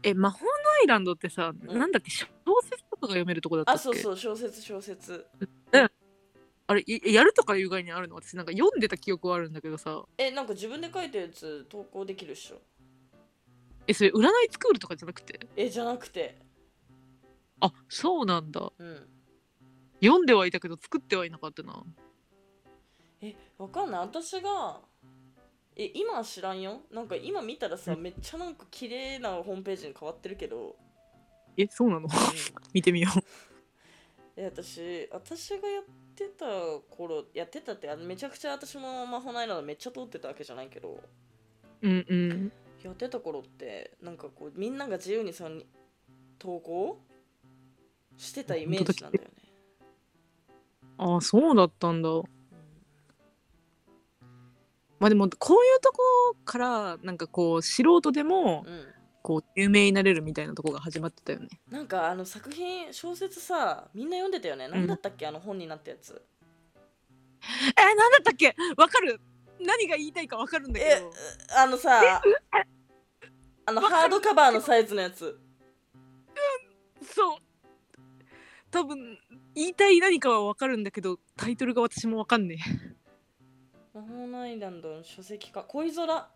Speaker 2: え魔法のアイランドってさ、
Speaker 1: うん
Speaker 2: なんだっけ小説とかが読めるとこだったっ
Speaker 1: あ
Speaker 2: け
Speaker 1: そうそう小説小説
Speaker 2: あれいやるとかいう概念あるの私なんか読んでた記憶はあるんだけどさ
Speaker 1: えなんか自分で書いたやつ投稿できるっしょ
Speaker 2: えそれ占いスクールとかじゃなくて
Speaker 1: えじゃなくて
Speaker 2: あそうなんだ
Speaker 1: うん
Speaker 2: 読んではいたけど作ってはいなかったな
Speaker 1: えわかんない私がえ今は知らんよなんか今見たらさ、
Speaker 2: う
Speaker 1: めっちゃなんか綺麗なホームページに変わってるけど、
Speaker 2: えそうなの
Speaker 1: うん
Speaker 2: 見てみよう
Speaker 1: え私私がやってた頃やってたってあのめちゃくちゃ私も魔法ないのめっちゃ通ってたわけじゃないけど
Speaker 2: うんうん
Speaker 1: やってた頃ってなんかこうみんなが自由にその投稿してたイメージなんだよね、
Speaker 2: あそうだったんだ
Speaker 1: うん
Speaker 2: まあでもこういうとこからなんかこう素人でも
Speaker 1: うん、
Speaker 2: こう有名になれるみたいなとこが始まってたよね
Speaker 1: なんかあの作品小説さみんな読んでたよね
Speaker 2: ん
Speaker 1: 何だったっけ、あの本になったやつ
Speaker 2: えー、なんだったっけわかる何が言いたいかわかるんだけ
Speaker 1: え
Speaker 2: ど
Speaker 1: あのさあのハードカバーのサイズのやつ
Speaker 2: そう多分言いたい何かは分かるんだけどタイトルが私も分かんねえ
Speaker 1: 魔法のアイランドの書籍か恋空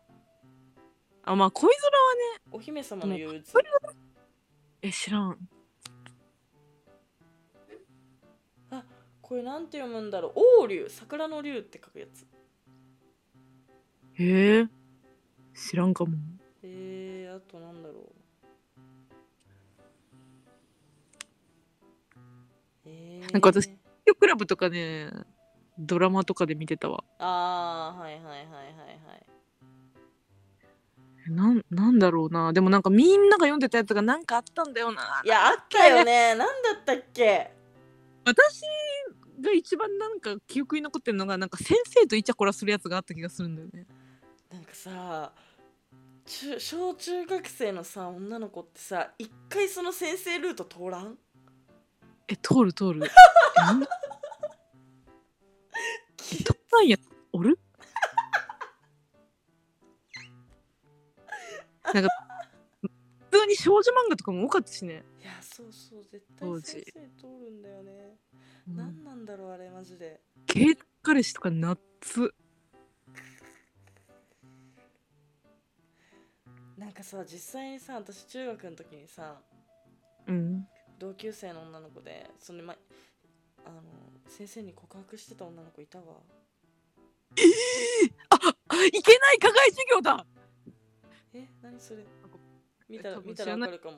Speaker 2: あまあ恋空はね
Speaker 1: お姫様の憂鬱
Speaker 2: それえ知らん
Speaker 1: これなんて読むんだろう王竜桜の竜って書くやつ
Speaker 2: へえ知らんかも
Speaker 1: えー、あとなんだろうえー、
Speaker 2: なんか私クラブとかねドラマとかで見てたわ
Speaker 1: ああはいはいはいはいはい
Speaker 2: えなんなんだろうなでもなんかみんなが読んでたやつがなんかあったんだよない
Speaker 1: やあったよ ねなんだったっけ
Speaker 2: 私が一番なんか記憶に残ってるのがなんか先生とイチャコラするやつがあった気がするんだよね
Speaker 1: なんかさ中小中学生のさ女の子ってさ一回その先生ルート通らん
Speaker 2: え通 る通るえなんだえ通らんやつおるなんか普通に少女漫画とかも多かったしね。
Speaker 1: いやそうそう絶
Speaker 2: 当
Speaker 1: 対
Speaker 2: 時
Speaker 1: 先生通るんだよね、なんなんだろうあれマジで
Speaker 2: ケイト彼氏とか夏。
Speaker 1: なんかさ実際にさ私中学の時にさ
Speaker 2: うん。
Speaker 1: 同級生の女の子でそのまあの先生に告白してた女の子いたわ
Speaker 2: あいけない課外授業だ
Speaker 1: え何それ
Speaker 2: か
Speaker 1: 見た
Speaker 2: 多
Speaker 1: ら
Speaker 2: 分
Speaker 1: 見た
Speaker 2: 知
Speaker 1: らわ
Speaker 2: らな
Speaker 1: か
Speaker 2: い
Speaker 1: るかも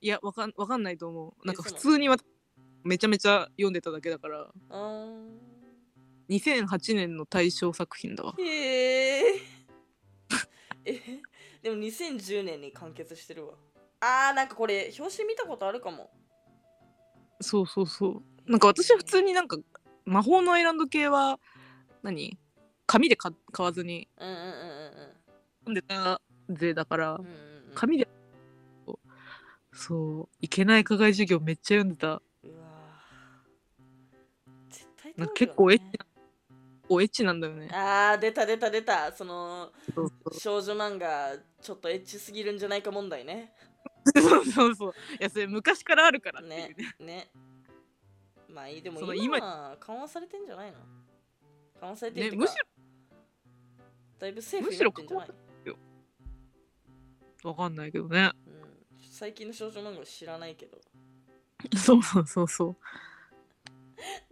Speaker 2: いやわかんわかんないと思う。なんか
Speaker 1: え
Speaker 2: 普
Speaker 1: そうなの
Speaker 2: 通にわめちゃめちゃ読んでただけだから
Speaker 1: あー
Speaker 2: 2008年の大賞作品だわ。
Speaker 1: へえ えでも2010年に完結してるわあーなんかこれ表紙見たことあるかも
Speaker 2: そうそうそう。なんか私は普通
Speaker 1: に
Speaker 2: になんか魔法のアイランド系は何紙で買買わずに
Speaker 1: うんうんうんうん
Speaker 2: 読んでた勢だから
Speaker 1: うんうんうんうん
Speaker 2: 紙でそういけない課外授業めっちゃ読んでた
Speaker 1: うわー絶対
Speaker 2: なんか
Speaker 1: 通るよね
Speaker 2: 結構エッチおエッチなんだよね
Speaker 1: あー出た出た出たその
Speaker 2: そう
Speaker 1: 少女漫画ちょっとエッチすぎるんじゃないか問題ね
Speaker 2: そうそうそういやそれ昔からあるからっていうね
Speaker 1: ねねまあいいでも
Speaker 2: その
Speaker 1: 今は緩和されてんじゃないの緩和されてる
Speaker 2: ね
Speaker 1: っていう
Speaker 2: む
Speaker 1: か、
Speaker 2: し
Speaker 1: だいぶセーフ
Speaker 2: む
Speaker 1: に
Speaker 2: し
Speaker 1: な
Speaker 2: ろ
Speaker 1: ってんじゃない、
Speaker 2: ろわかんないけどね
Speaker 1: うん、最近の少女漫画知らないけど
Speaker 2: そうそうそうそう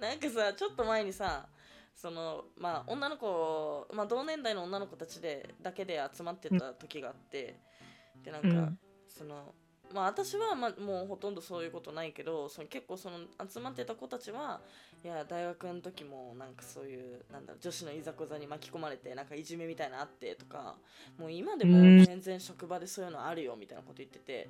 Speaker 1: なんかさちょっと前にさそのまあ女の子、まあ、同年代の女の子たちでだけで集まってた時があって、でなんか、
Speaker 2: うん
Speaker 1: そのまあ私は、まあ、もうほとんどそういうことないけどその結構その集まってた子たちはいや大学の時もなんかそういうなんだろう女子のいざこざに巻き込まれてなんかいじめみたいなのあってとかもう今でも
Speaker 2: うん
Speaker 1: 全然職場でそういうのあるよみたいなこと言ってて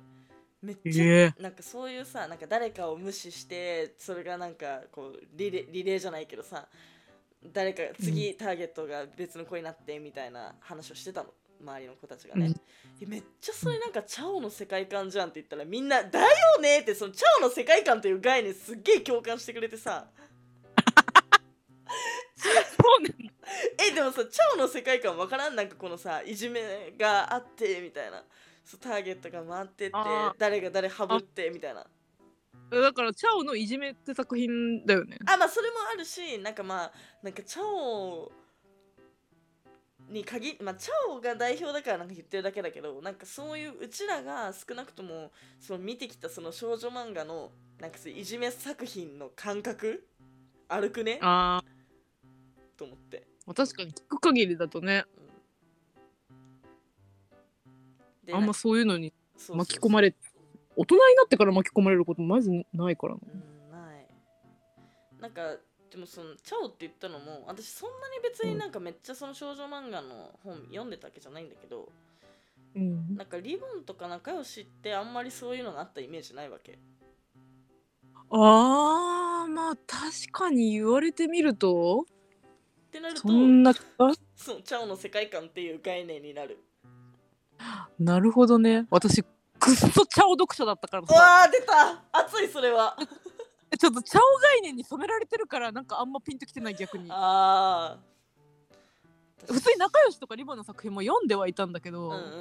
Speaker 1: めっ
Speaker 2: え
Speaker 1: ちゃ
Speaker 2: え
Speaker 1: なんかそういうさなんか誰かを無視してそれがなんかこうリレリレーじゃないけどさ誰か次ターゲットが別の子になってみたいな話をしてたの周りの子たちがね、
Speaker 2: うん
Speaker 1: えめっちゃそれなんかチャオの世界観じゃんって言ったらみんな「だよね」ってそのチャオの世界観という概念すっげえ共感してくれてさ
Speaker 2: そうね
Speaker 1: えでもさチャオの世界観わからんなんかこのさいじめがあってみたいなそうターゲットが回ってって
Speaker 2: あー
Speaker 1: 誰が誰ハブってみたいな
Speaker 2: だからチャオのいじめって作品だよね
Speaker 1: あまあそれもあるしなんかまあなんかチャオに限まあチャオが代表だからなんか言ってるだけだけどなんかそういううちらが少なくともその見てきたその少女漫画のなんかそういういじめ作品の感覚歩くね
Speaker 2: あ
Speaker 1: と思って、
Speaker 2: あ確かに聞く限りだとね
Speaker 1: うんで
Speaker 2: あんまそういうのに巻き込ま
Speaker 1: れ
Speaker 2: れ大人になってから巻き込まれることまずないからな
Speaker 1: うんないなんかでもそのチャオって言ったのも私そんなに別になんかめっちゃその少女漫画の本読んでたわけじゃないんだけど、
Speaker 2: うん
Speaker 1: なんかリボンとか仲良しってあんまりそういうのがあったイメージないわけ
Speaker 2: あーまあ確かに言われてみると
Speaker 1: ってなると
Speaker 2: そんな
Speaker 1: そのチャオの世界観っていう概念になる
Speaker 2: なるほどね私くっそチャオ読者だったから
Speaker 1: う
Speaker 2: さ
Speaker 1: わー出た熱いそれは
Speaker 2: ちょっとチャオ概念に染められてるからなんかあんまピンときてない逆に
Speaker 1: あー
Speaker 2: 普通に仲良しとかリボンの作品も読んではいたんだけ
Speaker 1: う
Speaker 2: ど、
Speaker 1: んうんうんうんう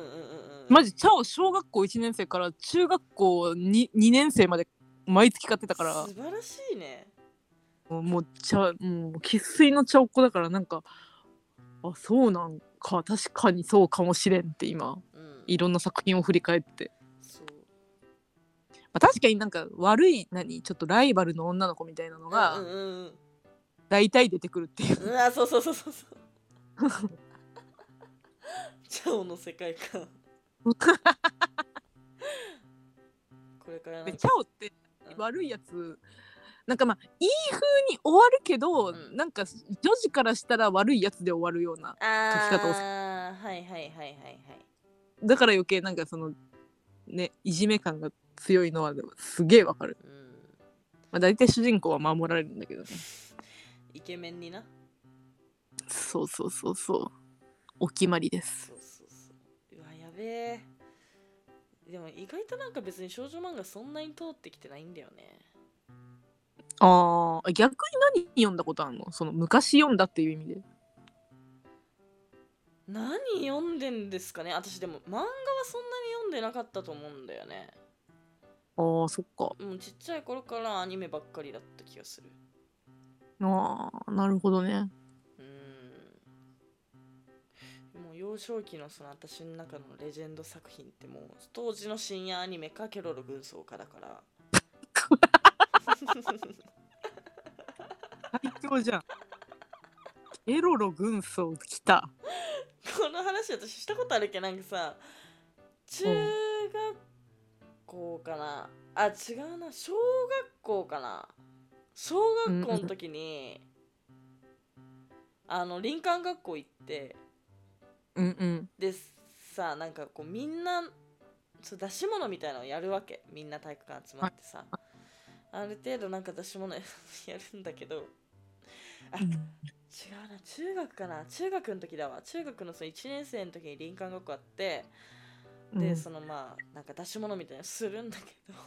Speaker 1: ん
Speaker 2: マジチャオ小学校1年生から中学校 2, 2年生まで毎月買ってたから
Speaker 1: 素晴らしいね
Speaker 2: もうチャもう生粋のチャオっ子だからなんかあそうなんか確かにそうかもしれんって今
Speaker 1: うん
Speaker 2: いろんな作品を振り返って
Speaker 1: そう
Speaker 2: まあ、確かになんか悪い何ちょっとライバルの女の子みたいな
Speaker 1: う
Speaker 2: の
Speaker 1: ん
Speaker 2: が
Speaker 1: うんうん
Speaker 2: 大体出てくるっていう、
Speaker 1: うんあそうそうそうそうそうチャオの世界観これからなん
Speaker 2: で
Speaker 1: か
Speaker 2: チャオって悪いやつなんかまあいい風に終わるけど、
Speaker 1: うん
Speaker 2: なんか女児からしたら悪いやつで終わるような
Speaker 1: あ
Speaker 2: 書き方をす
Speaker 1: あはいはいはいはいはい
Speaker 2: だから余計なんかそのねいじめ感が強いのはでもすげえわかる、
Speaker 1: うん
Speaker 2: まあ、大体主人公は守られるんだけどね
Speaker 1: イケメンにな
Speaker 2: そうそうそうそうお決まりです
Speaker 1: そうそうそううわやべえでも意外となんか別に少女漫画そんなに通ってきてないんだよね
Speaker 2: あー逆に何読んだことあるのその昔読んだっていう意味で
Speaker 1: 何読んでんですかね私でも漫画はそんなに読んでなかったと思うんだよね
Speaker 2: あーそっか
Speaker 1: うんちっちゃい頃からアニメばっかりだった気がする
Speaker 2: あーなるほどね
Speaker 1: うんもう幼少期のその私の中のレジェンド作品ってもう当時の深夜アニメかケロロ軍曹かだから
Speaker 2: 最強じゃんエロロ軍曹来た
Speaker 1: この話私したことあるっけなんかさ中
Speaker 2: う
Speaker 1: 学
Speaker 2: ん
Speaker 1: 校かな、あ違うな小学校かな小学校の時に、あの林間学校行って
Speaker 2: うんうん
Speaker 1: でさなんかこうみんなそう出し物みたいなのをやるわけみんな体育館集まってさある程度なんか出し物 やるんだけど違うな中学かな中学の時だわ中学のその1年生の時に林間学校あってでそのまあなんか出し物みたいなのするんだけど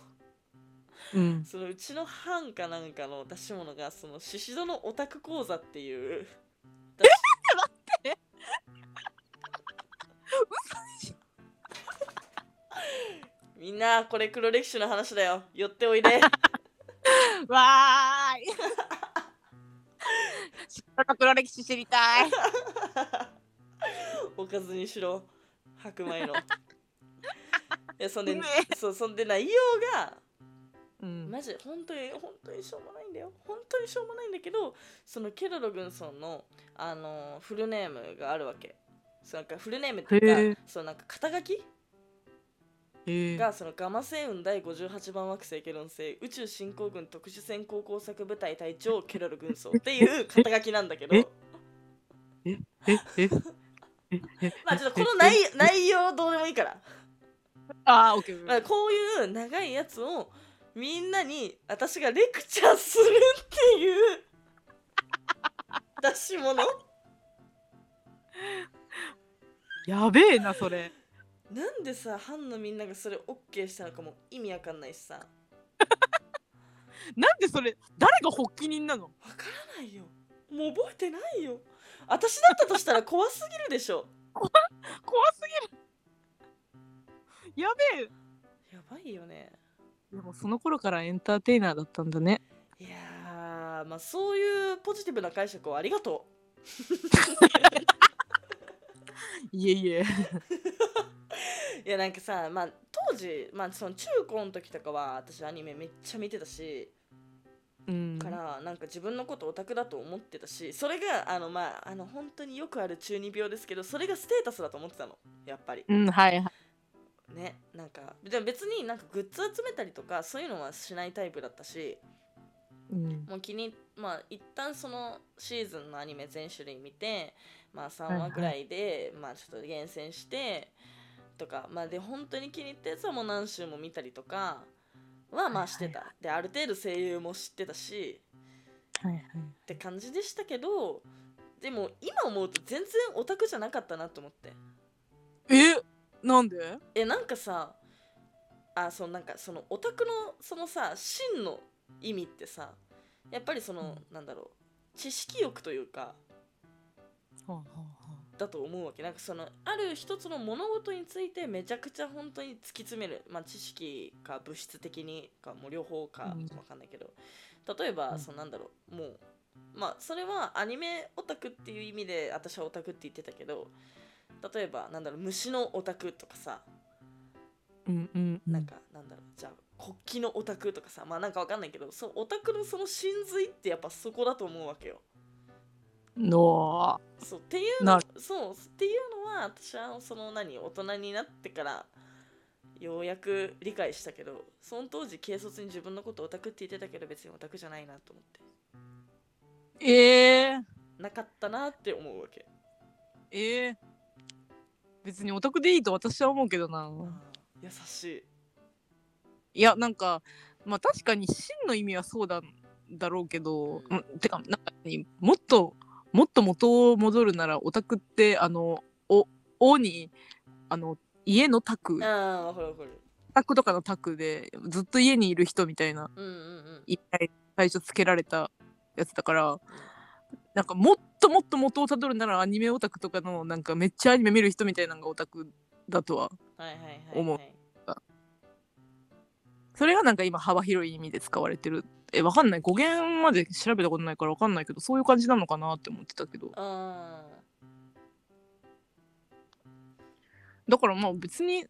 Speaker 2: うん
Speaker 1: そのうちの班かなんかの出し物がその宍戸のオタク講座っていう みんなこれ黒歴史の話だよ寄っておいで
Speaker 2: わーい知らな黒歴史知りたい
Speaker 1: おかずにしろ白 米のいやそんで
Speaker 2: うめ
Speaker 1: そうそんで内容が
Speaker 2: うん
Speaker 1: マジ本当に本当にしょうもないんだよ本当にしょうもないんだけどそのケロロ軍曹の、あのーフルネームがあるわけそうなんかフルネームって
Speaker 2: へ
Speaker 1: いう
Speaker 2: え
Speaker 1: かそのなんか肩書き
Speaker 2: え
Speaker 1: がそのガマ星雲第58番惑星ケロン星宇宙進行軍特殊戦航工作部隊隊長ケロロ軍曹っていう肩書きなんだけど
Speaker 2: えええ
Speaker 1: まあちょっとこの内内容どうでもいいから、
Speaker 2: あーオッケ
Speaker 1: まあ、
Speaker 2: ー
Speaker 1: こういう長いやつをみんなに私がレクチャーするっていう出し物
Speaker 2: やべえなそれ
Speaker 1: なんでさ班のみんながそれオッケーしたのかも意味わかんないしさわ
Speaker 2: なんでそれ誰が発起人なの
Speaker 1: からないよもう覚えてないよ私だったとしたら怖すぎるでしょ
Speaker 2: 怖すぎるやべえ
Speaker 1: やばいよね
Speaker 2: でもその頃からエンターテイナーだったんだね
Speaker 1: いやーまあそういうポジティブな解釈をありがと
Speaker 2: いえいえ
Speaker 1: ういやなんかさまあ当時まあその中高の時とかは私アニメめっちゃ見てたし
Speaker 2: うん
Speaker 1: からなんか自分のことオタクだと思ってたしそれがあのまああの本当によくある中二病ですけどそれがステータスだと思ってたのやっぱり
Speaker 2: うんはいはい
Speaker 1: ねなんかでも別になんかグッズ集めたりとかそういうのはしないタイプだったし
Speaker 2: うん
Speaker 1: もう気にまあ一旦そのシーズンのアニメ全種類見てまあ
Speaker 2: は
Speaker 1: 3
Speaker 2: いは
Speaker 1: 話
Speaker 2: い
Speaker 1: ぐらいで、まあちょっと厳選してとかまあで本当に気に入ったやつはもう何週も見たりとかはまあしてた、である程度声優も知ってたし
Speaker 2: はいはい
Speaker 1: って感じでしたけどでも今思うと全然オタクじゃなかったなと思って
Speaker 2: えなんで
Speaker 1: えなんかさあそのなんかそのオタクのそのさ真の意味ってさやっぱりその、なんだろう知識欲というか
Speaker 2: はあはあは
Speaker 1: だと思うわけなんかそのある一つの物事についてめちゃくちゃ本当に突き詰める、まあ、知識か物質的にかもう両方か
Speaker 2: うん
Speaker 1: わかんないけど、例えば、
Speaker 2: うん
Speaker 1: そのなんだろうもうまあそれはアニメオタクっていう意味で私はオタクって言ってたけど例えばなんだろう虫のオタクとかさ
Speaker 2: うんうんう
Speaker 1: なんかなんだろうじゃあ国旗のオタクとかさまあなんかわかんないけどそうオタクのその真髄ってやっぱそこだと思うわけよ。
Speaker 2: の
Speaker 1: そうっていう
Speaker 2: な
Speaker 1: の
Speaker 2: る
Speaker 1: そうっていうのは私はその何大人になってからようやく理解したけどその当時軽率に自分のことオタクって言ってたけど別にオタクじゃないなと思って
Speaker 2: えー、
Speaker 1: なかったなって思うわけ
Speaker 2: えー、別にオタクでいいと私は思うけどな
Speaker 1: 優しい
Speaker 2: いやなんかまあ確かに真の意味はそうだだろうけど、
Speaker 1: うん
Speaker 2: うんてかなんかにもっともっと元を戻るならオタクってあのお「お」にあの家の宅
Speaker 1: ああわかるわかる
Speaker 2: 宅とかの宅でずっと家にいる人みたいな
Speaker 1: うんうんうん
Speaker 2: 一体最初つけられたやつだからなんかもっともっと元をたどるならアニメオタクとかのなんかめっちゃアニメ見る人みたいなのがオタクだとは
Speaker 1: はいはいはい、はい、
Speaker 2: 思うそれがなんか今幅広い意味で使われてるえわかんない語源まで調べたことないからわかんないけどそういう感じなのかなって思ってたけど
Speaker 1: あ
Speaker 2: だからまあ別に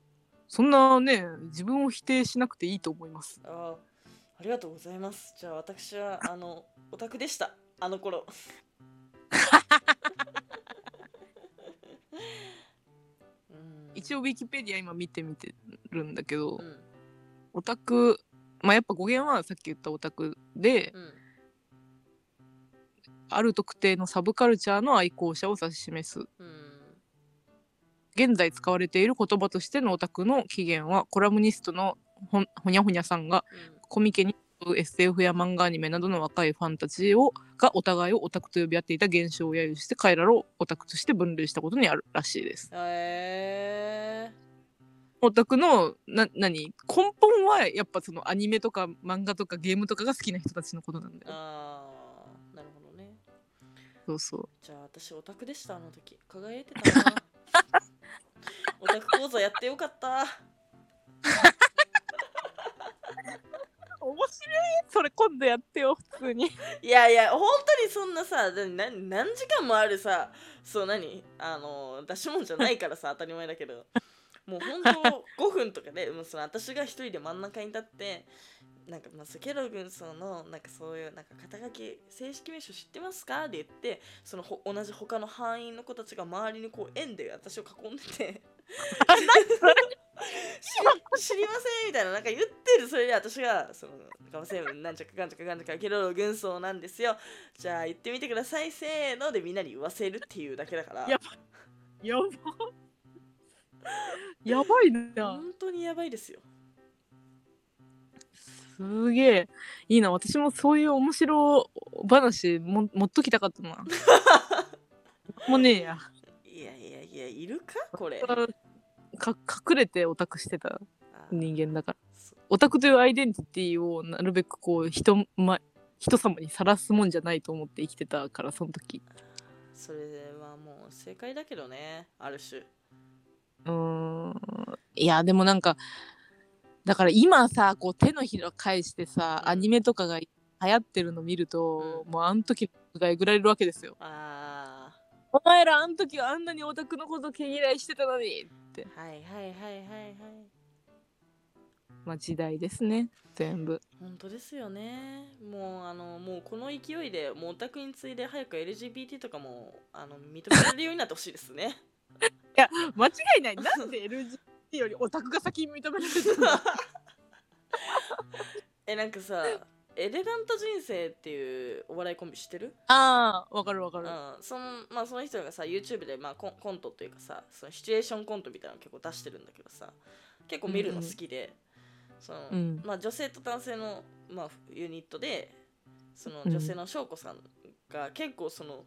Speaker 2: そんなね自分を否定しなくていいと思います
Speaker 1: ーあーありがとうございますじゃあ私はあのオタクでしたあの頃うん
Speaker 2: 一応ウィキペディア今見てみてるんだけど
Speaker 1: うん
Speaker 2: オタクまあやっぱ語源はさっき言ったオタクで
Speaker 1: うん
Speaker 2: ある特定のサブカルチャーの愛好者を指し示す
Speaker 1: うん
Speaker 2: 現在使われている言葉としてのオタクの起源はコラムニストのほんほにゃほにゃさんが
Speaker 1: うん
Speaker 2: コミケに SF や漫画アニメなどの若いファンたちをがお互いをオタクと呼び合っていた現象を揶揄して彼らをオタクとして分類したことにあるらしいです。
Speaker 1: へえ
Speaker 2: オタクのな何根本はやっぱそのアニメとか漫画とかゲームとかが好きな人たちのことなんだよ。
Speaker 1: あーなるほどね
Speaker 2: そうそう。
Speaker 1: じゃあ私オタクでしたあの時輝いてた なオタク講座やってよかった
Speaker 2: 面白いそれ今度やってよ普通に。
Speaker 1: いやいや本当にそんなさだな何時間もあるさそう何あの出し物じゃないからさ当たり前だけどもう本当5分とかでもうその私が一人で真ん中に立ってなんかまあそケロ軍曹のなんかそういうなんか肩書き正式名称知ってますかって言ってそのほ同じ他の班員の子たちが周りにこう円で私を囲んでて知知りませんみたいななんか言ってるそれで私が「そのガマセブンなんちゃかかんちゃかかんちゃかケロロ軍曹なんですよじゃあ言ってみてくださいせーの」でみんなに言わせるっていうだけだから
Speaker 2: ややば。 やばいな。
Speaker 1: 本当にやばいですよ
Speaker 2: すげえいいな私もそういう面白話も持っときた かったなもうねえや
Speaker 1: いやいやいやいるかこれ
Speaker 2: か隠れてオタクしてた
Speaker 1: あー
Speaker 2: 人間だから
Speaker 1: そ
Speaker 2: オタクというアイデンティティをなるべくこう人,、ま、人様にさらすもんじゃないと思って生きてたからその時
Speaker 1: それはもう正解だけどねある種
Speaker 2: うーんいやでもなんかだから今さこう手のひら返してさ、
Speaker 1: うん
Speaker 2: アニメとかが流行ってるの見ると、
Speaker 1: う
Speaker 2: もうあの時がえぐられるわけですよ
Speaker 1: あ
Speaker 2: お前らあの時はあんなにオタクのこと毛嫌いしてたのに
Speaker 1: ーはいはいはいはいはい
Speaker 2: まあ時代ですね全部
Speaker 1: 本当ですよねもうあのもうこの勢いでもうオタクに次いで早く LGBT とかもあの認められるようになってほしいですね
Speaker 2: 間違いないなんで LGBT よりオタクが先に認められてる
Speaker 1: えなんかさエレガント人生っていうお笑いコンビ知ってる
Speaker 2: ああわかるわか
Speaker 1: う
Speaker 2: る、
Speaker 1: ん、そのまあその人がさ YouTube で、まあ、コンコントというかさそのシチュエーションコントみたいなの結構出してるんだけどさ結構見るの好きで、その
Speaker 2: うん
Speaker 1: まあ、女性と男性の、まあ、ユニットでその
Speaker 2: うん
Speaker 1: 女性の翔子さんが結構その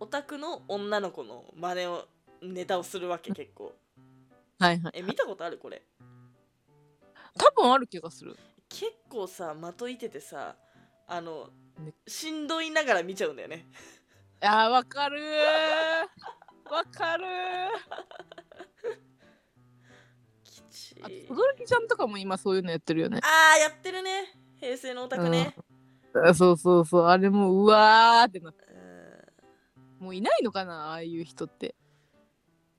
Speaker 1: オタクの女の子の真似をネタをするわけ結構
Speaker 2: はいはい
Speaker 1: え見たことあるこれ
Speaker 2: 多分ある気がする
Speaker 1: 結構さ的いててさあの
Speaker 2: ね
Speaker 1: しんどいながら見ちゃうんだよね
Speaker 2: あーわかるーわかる
Speaker 1: きち
Speaker 2: ーあ
Speaker 1: い
Speaker 2: と轟ちゃんとかも今そういうのやってるよね
Speaker 1: あーやってるね平成のオタクね、
Speaker 2: あそうそうそうあれもううわーってな
Speaker 1: うん
Speaker 2: もういないのかなああいう人って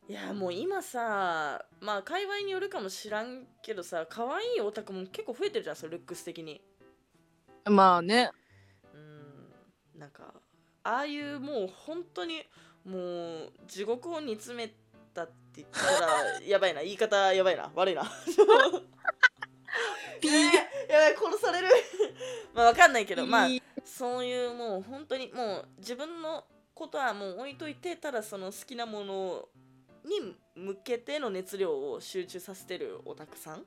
Speaker 1: いやもう今さまあ界隈によるかもしらんけどさ可愛いオタクも結構増えてるじゃんそのルックス的に
Speaker 2: まあね
Speaker 1: うんなんかああいうもう本当にもう地獄を煮詰めたって言ったらやばいな言い方やばいな 悪いな
Speaker 2: ピー
Speaker 1: えーやばい殺される まあわかんないけどまあ
Speaker 2: いい
Speaker 1: そういうもう本当にもう自分のことはもう置いといてただその好きなものに向けての熱量を集中させてるオタクさん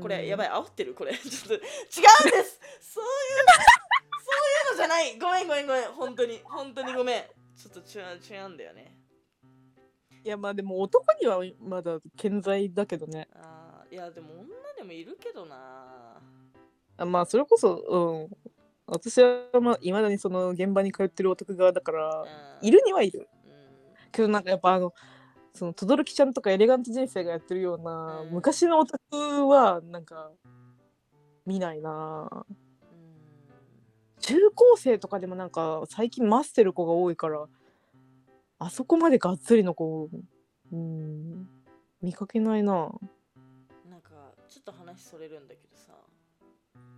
Speaker 1: これ、
Speaker 2: うん
Speaker 1: やばい煽ってるこれ ちょっと違うんですそういうそういうのじゃないごめんごめんごめん本当に本当にごめんちょっと違う違うんだよね
Speaker 2: いやまあでも男にはまだ健在だけどね
Speaker 1: あーいやでも女でもいるけどな
Speaker 2: あまあそれこそ、私はまあいまだにその現場に通ってるオタク側だから
Speaker 1: うん
Speaker 2: いるにはいる
Speaker 1: うん
Speaker 2: けどなんかやっぱあのその轟ちゃんとかエレガント人生がやってるような
Speaker 1: うん
Speaker 2: 昔のオタクはなんか見ないな
Speaker 1: う
Speaker 2: 中高生とかでもなんか最近マスてる子が多いからあそこまでがっつりの子うん見かけないなん
Speaker 1: なんかちょっと話それるんだけどさ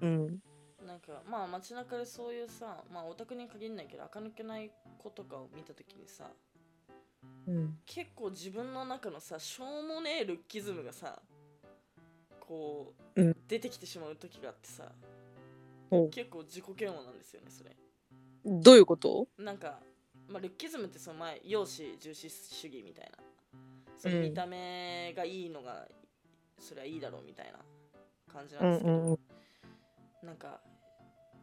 Speaker 2: うん
Speaker 1: なんかまあ街中でそういうさまあオタクに限らないけど垢抜けない子とかを見た時にさ
Speaker 2: うん
Speaker 1: 結構自分の中のさしょうもねえルッキズムがさこう、
Speaker 2: うん
Speaker 1: 出てきてしまう時があってさ
Speaker 2: お
Speaker 1: 結構自己嫌悪なんですよねそれ
Speaker 2: どういうこと
Speaker 1: なんか、まあ、ルッキズムってその前容姿重視主義みたいなその
Speaker 2: うん
Speaker 1: 見た目がいいのが、それはいいだろうみたいな感じなん
Speaker 2: う
Speaker 1: で
Speaker 2: ん
Speaker 1: すけど、
Speaker 2: うん
Speaker 1: なんか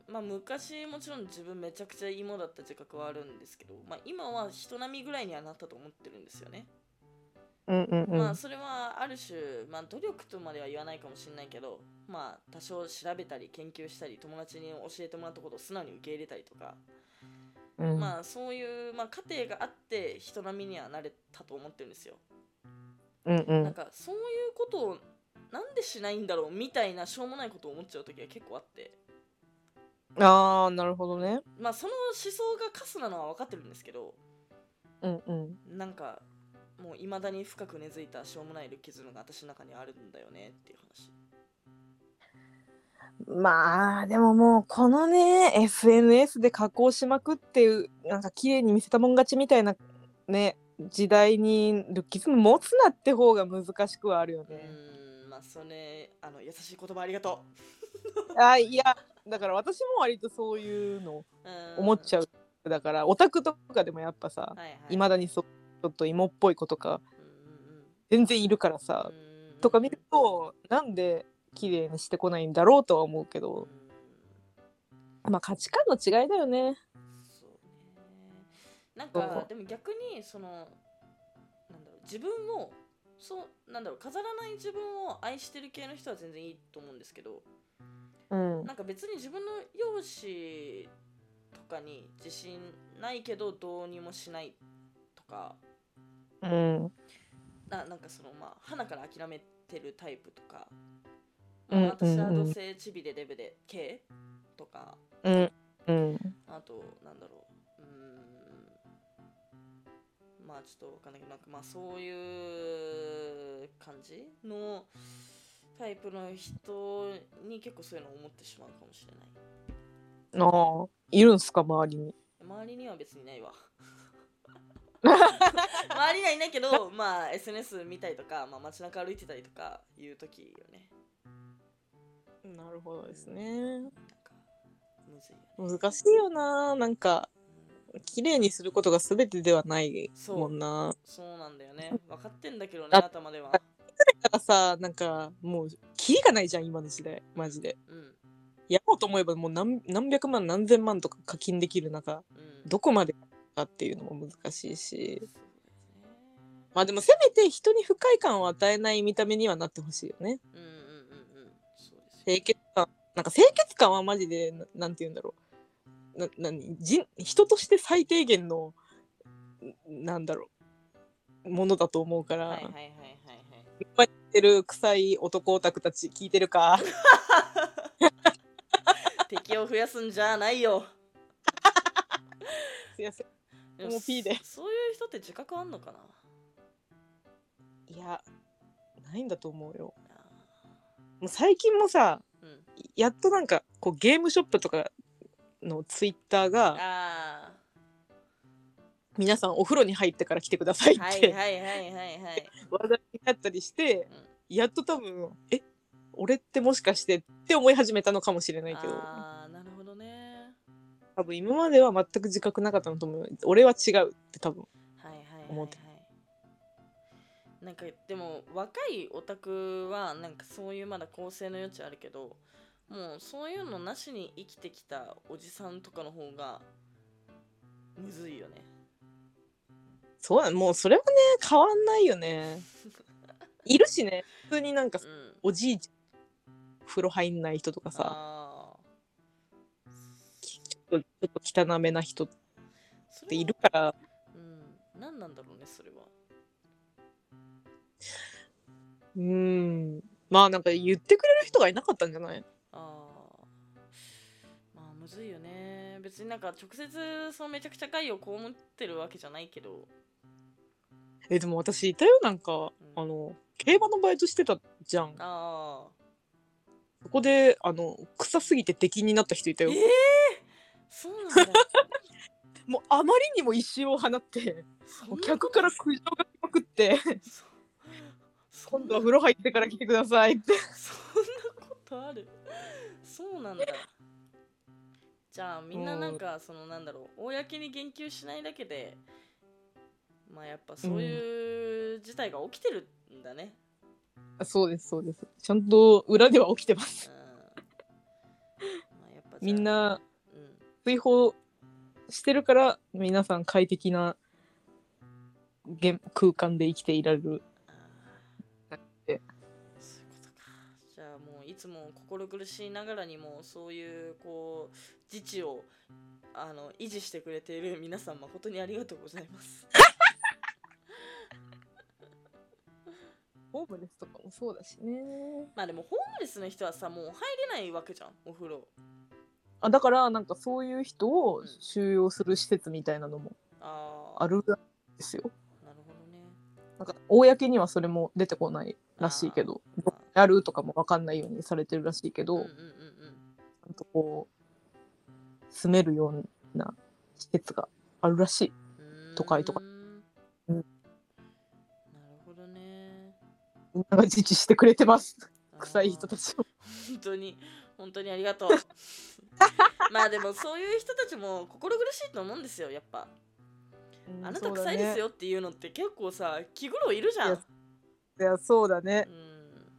Speaker 1: まあ昔もちろん自分めちゃくちゃ芋だった自覚はあるんですけど、まあ、今は人並みぐらいにはなったと思ってるんですよね、
Speaker 2: うんうんうん
Speaker 1: まあそれはある種、まあ、努力とまでは言わないかもしれないけどまあ多少調べたり研究したり友達に教えてもらったことを素直に受け入れたりとか、
Speaker 2: うん
Speaker 1: まあそういう、まあ、過程があって人並みにはなれたと思ってるんですよ、
Speaker 2: うんう
Speaker 1: なん
Speaker 2: ん
Speaker 1: かそういうことをなんでしないんだろうみたいなしょうもないことを思っちゃう時が結構あって
Speaker 2: ああなるほどね
Speaker 1: まあその思想がカスなのは分かってるんですけど
Speaker 2: うんうん
Speaker 1: なんかもういまだに深く根付いたしょうもないルッキズムが私の中にあるんだよねっていう話
Speaker 2: まあでももうこのね SNS で加工しまくっていうなんか綺麗に見せたもん勝ちみたいなね時代にルッキズム持つなって方が難しくはあるよ
Speaker 1: う
Speaker 2: ね。
Speaker 1: ーんまあそれあの優しい言葉ありがと
Speaker 2: あいやだから私も割とそういう
Speaker 1: う
Speaker 2: の
Speaker 1: うーん
Speaker 2: 思っちゃうだからオタクとかでもやっぱさ
Speaker 1: はいはい
Speaker 2: いまだにそうちょっと芋っぽい子とか
Speaker 1: うん
Speaker 2: 全然いるか
Speaker 1: う
Speaker 2: ら
Speaker 1: ん
Speaker 2: さ
Speaker 1: うんうーん
Speaker 2: とか見るとなんで綺麗にしてこないんだろうとは思うけ
Speaker 1: うーん
Speaker 2: どまあ価値観の違いだよね。
Speaker 1: そうねなん
Speaker 2: そ
Speaker 1: か
Speaker 2: う
Speaker 1: でも逆にそのなんだろう自分をそうなんだろう飾らない自分を愛してる系の人は全然いいと思うんですけど
Speaker 2: うん
Speaker 1: なんか別に自分の容姿とかに自信ないけどどうにもしないとか
Speaker 2: うん
Speaker 1: ななんかそのまあ花から諦めてるタイプとか、
Speaker 2: う
Speaker 1: ま
Speaker 2: ん
Speaker 1: あ、私は
Speaker 2: うんう
Speaker 1: ど
Speaker 2: ん
Speaker 1: うせチビでデブで系とか
Speaker 2: うんうん
Speaker 1: あとなんだろううーんまあちょっとわかんないけどなんかまあそういう感じのタイプの人に結構そういうのを思ってしまうかもしれない
Speaker 2: ああ、いるんすか、周りに。
Speaker 1: 周りには別にない わ周りにはいないけどまあ SNS 見たりとか、まあ、街中歩いてたりとかいう時よね
Speaker 2: なるほどですね。
Speaker 1: なんかむずいよね
Speaker 2: 難しいよな、なんか、
Speaker 1: うん
Speaker 2: 綺麗にすることが全てではない
Speaker 1: そう
Speaker 2: もんな。
Speaker 1: そうなんだよね分かってんだけどね
Speaker 2: あ
Speaker 1: 頭では
Speaker 2: だからさ、なんか、もう、キリがないじゃん、今の時代、マジで。
Speaker 1: うん
Speaker 2: やろうと思えば、もう何何百万、何千万とか課金できる中、
Speaker 1: うん
Speaker 2: どこまでかっていうのも難しい
Speaker 1: そう
Speaker 2: し。
Speaker 1: ですね
Speaker 2: まあでも、せめて人に不快感を与えない見た目にはなってほしいよね。
Speaker 1: うんうんうんうんそうですよ
Speaker 2: 清潔感なんか清潔感はマジでななんて言うんだろうな何人人として最低限のんなんだろうものだと思うから、
Speaker 1: はいはいはいはい
Speaker 2: いっぱい言ってる臭い男オタクたち聞いてる
Speaker 1: は
Speaker 2: か
Speaker 1: い敵を増やすんじゃないよ
Speaker 2: すいません
Speaker 1: で
Speaker 2: もう P で
Speaker 1: そそういう人って自覚あんのかない
Speaker 2: やないんだと思うよ
Speaker 1: あ
Speaker 2: もう最近もさ
Speaker 1: ーうん
Speaker 2: やっとなんかこうゲームショップとかのツイッターが
Speaker 1: あ
Speaker 2: 皆さんお風呂に入ってから来てくださいっ
Speaker 1: ーは
Speaker 2: て、
Speaker 1: いはいはいはいはい
Speaker 2: 話題になったりして
Speaker 1: うん、
Speaker 2: やっと多分え俺ってもしかしてって思い始めたのかもしれないけど
Speaker 1: ああなるほどね
Speaker 2: 多分今までは全く自覚なかったのと思う俺は違うって多分
Speaker 1: はいはいはい、は
Speaker 2: 思っ
Speaker 1: い
Speaker 2: て、
Speaker 1: なんかでも若いオタクはなんかそういうまだ構成の余地あるけどもうそういうのなしに生きてきたおじさんとかの方がむずいよね
Speaker 2: そうだもうそれはね変わんないよ ねいるしね普通になんか
Speaker 1: うん
Speaker 2: おじいちゃん風呂入んない人とかさ
Speaker 1: あー
Speaker 2: とちょっと汚めな人っ
Speaker 1: そ
Speaker 2: て
Speaker 1: れはい
Speaker 2: るから
Speaker 1: うん何なんだろうねそれは
Speaker 2: うーんまあなんか言ってくれる人がいなかったんじゃない
Speaker 1: あーまあむずいよね別になんか直接そのめちゃくちゃ害を被ってるわけじゃないけど
Speaker 2: えでも私いたよなんか
Speaker 1: うん
Speaker 2: あの競馬のバイトしてたじゃん
Speaker 1: ああ
Speaker 2: そこであの臭すぎて出禁になった人いた
Speaker 1: え
Speaker 2: よ
Speaker 1: えそうなん だ
Speaker 2: もうあまりにも一周を放って
Speaker 1: そんな
Speaker 2: お
Speaker 1: こと
Speaker 2: 客から苦情が来まくって
Speaker 1: そそん
Speaker 2: 今度
Speaker 1: な
Speaker 2: は風呂入ってから来てくださいって
Speaker 1: そんなことあるそうなんだじゃあみんななんかそのなんだろう公に言及しないだけでまあやっぱそういう事態が起きてるんだね、
Speaker 2: あそうですそうですちゃんと裏では起きてます
Speaker 1: うんまあ、やっぱじゃあ
Speaker 2: みん、な
Speaker 1: うん、
Speaker 2: 追放してるから皆さん快適な現空間で生きていられる
Speaker 1: あ
Speaker 2: だ
Speaker 1: ー
Speaker 2: って
Speaker 1: そういうことかじゃあもういつも心苦しいながらにもそういうこう自治をあの維持してくれている皆さん誠にありがとうございます
Speaker 2: ホームレスとかもそうだしね
Speaker 1: まあでもホームレスの人はさもう入れないわけじゃんお風呂
Speaker 2: あだからなんかそういう人を収容する施設みたいなのも
Speaker 1: あー
Speaker 2: あるんですよ
Speaker 1: なるほどね
Speaker 2: なんか公にはそれも出てこないらしいけど
Speaker 1: あー
Speaker 2: やるとかも分かんないようにされてるらしいけど、
Speaker 1: うんうん
Speaker 2: ち
Speaker 1: うん
Speaker 2: ゃんとこう住めるような施設があるらしい
Speaker 1: うんうーん
Speaker 2: 都会とかうん
Speaker 1: なるほどね
Speaker 2: みんなが自治してくれて ます
Speaker 1: あー
Speaker 2: 臭い人たちを
Speaker 1: 本当に本当にありが とうまあでもそういう人たちも心苦しいと思うんですよやっぱあなた臭いですよっていうのって結構さ気苦労いるじゃん
Speaker 2: いやいやそうだね
Speaker 1: うん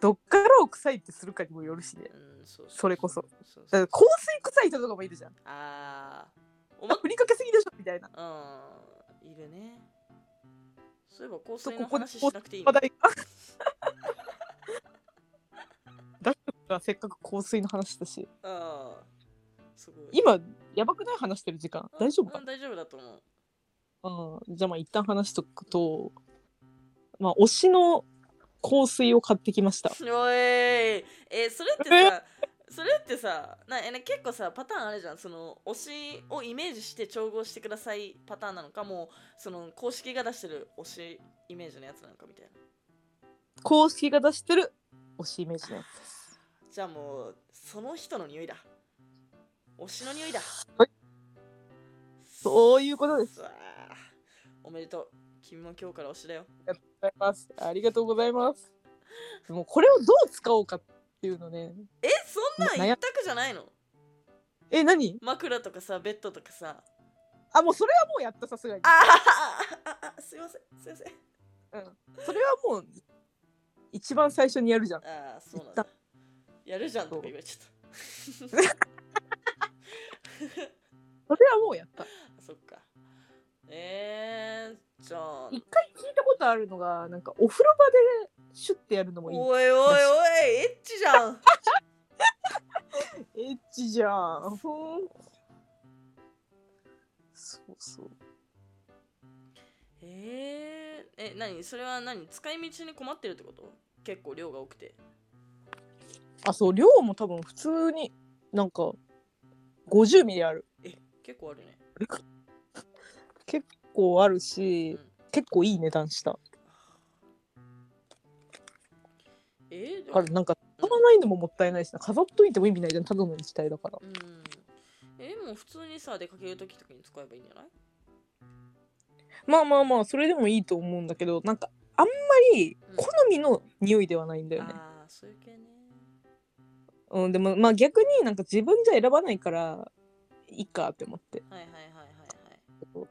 Speaker 2: どっからを臭いってするかにもよるしね
Speaker 1: うんそうう
Speaker 2: それこそ
Speaker 1: そう
Speaker 2: だ
Speaker 1: そう
Speaker 2: から香水臭い人とかもいるじゃん
Speaker 1: ああおま
Speaker 2: あ振りかけすぎでしょみたいな
Speaker 1: うんいるねそういえば香
Speaker 2: そう
Speaker 1: 水の
Speaker 2: ここで
Speaker 1: 話しなくていい
Speaker 2: 話
Speaker 1: の
Speaker 2: 題 がだからせっかく香水の話だし
Speaker 1: ああすごい
Speaker 2: 今やばくない話してる時間
Speaker 1: うん
Speaker 2: 大丈夫か
Speaker 1: うん、大丈夫だと思う
Speaker 2: うん、じゃあまあ一旦話しとくと、まあ、推しの香水を買ってきました
Speaker 1: おいえーそれってさそれってさなえな結構さパターンあるじゃんその推しをイメージして調合してくださいパターンなのかもうその公式が出してる推しイメージのやつなのかみたいな
Speaker 2: 公式が出してる推しイメージのやつです
Speaker 1: じゃあもうその人の匂いだ推しの匂いだ
Speaker 2: そういうことです
Speaker 1: さあおめでとう君も今日から推しだよ
Speaker 2: ございますありがとうございますもうこれをどう使おうかっていうのね
Speaker 1: えそんなん
Speaker 2: 悩
Speaker 1: 一択じゃないの
Speaker 2: え何
Speaker 1: 枕とかさベッドとかさ
Speaker 2: あもうそれはもうやったさすがに
Speaker 1: あーあああすいませんすいません
Speaker 2: それはもう一番最初にやるじゃん
Speaker 1: ああそうなんだやるじゃんとか言われちゃった
Speaker 2: それはもうやった
Speaker 1: あ そっか。えー、じゃあ。
Speaker 2: 一回聞いたことあるのがなんかお風呂場でシュッてやるのもいい
Speaker 1: おいおいおい、エッチじ ゃん。
Speaker 2: エッチじゃんふんそうそう
Speaker 1: えー、え、何それは何使い道に困ってるってこと結構量が多くて。
Speaker 2: あそう量も多分普通になんか50ミリある
Speaker 1: え、結構あるね。
Speaker 2: 結構ある
Speaker 1: う
Speaker 2: し
Speaker 1: ん、
Speaker 2: 結構いい値段した
Speaker 1: えー、で
Speaker 2: だか
Speaker 1: も
Speaker 2: らなんか使わないのももったいないしな飾っといても意味ないじゃんただの液体だから
Speaker 1: うん。えもう普通にさ、出かけるときとかに使えばいいんじゃない
Speaker 2: まあまあまあそれでもいいと思うんだけどなんかあんまり好みの匂いではないんだよね、
Speaker 1: ああ、そういう系ね。
Speaker 2: うんでもまあ逆になんか自分じゃ選ばないからいいかって思って
Speaker 1: はいはいはいはいはい。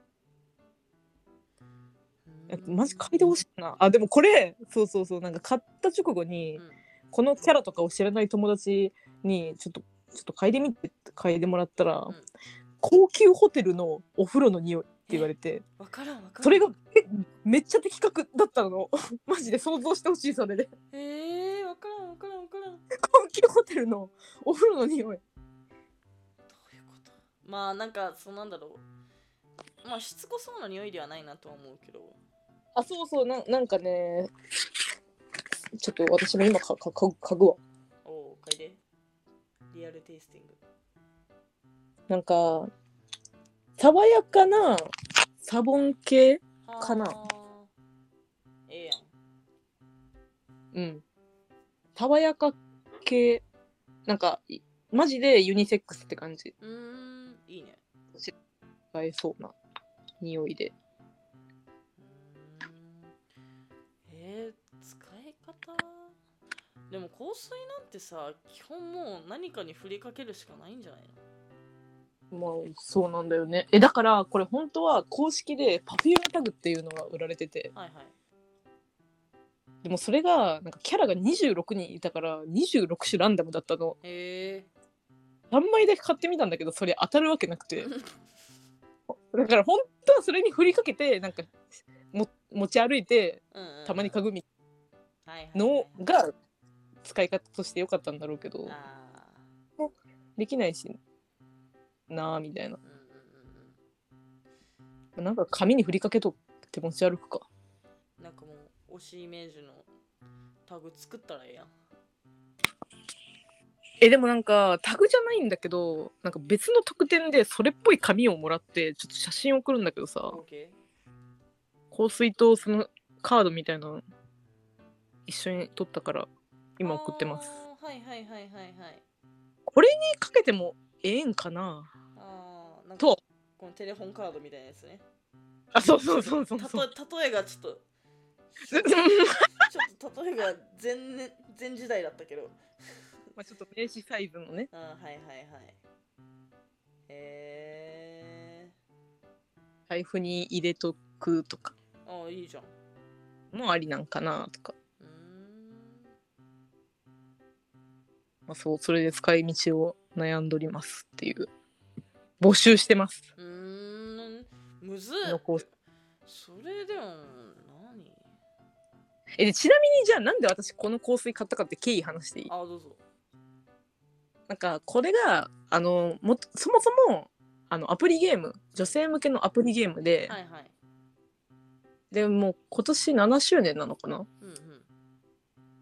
Speaker 2: やっ
Speaker 1: う
Speaker 2: ぱ
Speaker 1: ーん
Speaker 2: マジ嗅いでほしいなあでもこれそうそうそうなんか買った直後に、
Speaker 1: うん
Speaker 2: このキャラとかを知らない友達にちょっとちょっと嗅いでみてって嗅いでもらったら、
Speaker 1: ん
Speaker 2: 高級ホテルのお風呂の匂いって言われて
Speaker 1: わからんわからん。
Speaker 2: それがえめっちゃ的確だったの マジで想像してほしいそ れで
Speaker 1: えー、わからんわからんわからん。どう
Speaker 2: 高級ホテルのお風呂の匂い
Speaker 1: いうことまあなんかそうなんだろうまあしつこそうな匂いではないなとは思うけど
Speaker 2: あそうそうななんかねちょっと私も今かかか嗅ぐわ
Speaker 1: おおかいでリアルテイスティング
Speaker 2: なんか爽やかなサボン系かな
Speaker 1: はあええやん
Speaker 2: うん爽やか系なんかいマジでユニセックスって感じ
Speaker 1: うーんいいね
Speaker 2: 使えそうな匂いで
Speaker 1: うーんえー、使い方でも香水なんてさ基本もう何かに振りかけるしかないんじゃないの
Speaker 2: まあそうなんだよねえだからこれ本当は公式でパフュームタグっていうのが売られてて
Speaker 1: はいはい
Speaker 2: でもそれがなんかキャラが26人いたから26種ランダムだったの
Speaker 1: え
Speaker 2: 何枚だけ買ってみたんだけどそれ当たるわけなく てだから本当はそれに振りかけてなんかも持ち歩いて
Speaker 1: ー、うんうん
Speaker 2: たまに家具み
Speaker 1: はいはいはい
Speaker 2: のが使い方として良かったんだろうけど
Speaker 1: ああ
Speaker 2: できないしなあみたいな
Speaker 1: うんうんうんうん
Speaker 2: なんか紙に振りかけとって持ち歩くか
Speaker 1: なんかもう推しイメージのタグ作ったらええやん。
Speaker 2: えでもなんかタグじゃないんだけどなんか別の特典でそれっぽい紙をもらってちょっと写真送るんだけどさ
Speaker 1: OK?
Speaker 2: 香水とそのカードみたいなの一緒に撮ったから今送ってます
Speaker 1: あー。はいはいはいはいはい。
Speaker 2: かけてもええんかな
Speaker 1: ああ、なんか
Speaker 2: と
Speaker 1: このテレフォンカードみたいなやつね。
Speaker 2: あそうそうそうそうそう
Speaker 1: たと例えがちょっと、ちょっと例えが前年前時代だったけど。
Speaker 2: まあちょっと名刺サイズのね
Speaker 1: あーはいはいはい。え
Speaker 2: 財布に入れとくとか
Speaker 1: ー、ああ、いいじゃん。
Speaker 2: もありなんかなとか、
Speaker 1: うーん。
Speaker 2: まあ、そうそれで使い道を悩んどりますっていう募集してます
Speaker 1: うーん。むずっ
Speaker 2: 残す
Speaker 1: それでも何
Speaker 2: えでちなみにじゃあなんで私この香水買ったかって経緯話していい
Speaker 1: ああ、どうぞ。
Speaker 2: なんかこれがあのもとそもそもあのアプリゲーム女性向けのアプリゲームで、
Speaker 1: はいはい。
Speaker 2: でもう今年7周年なのかな、
Speaker 1: うん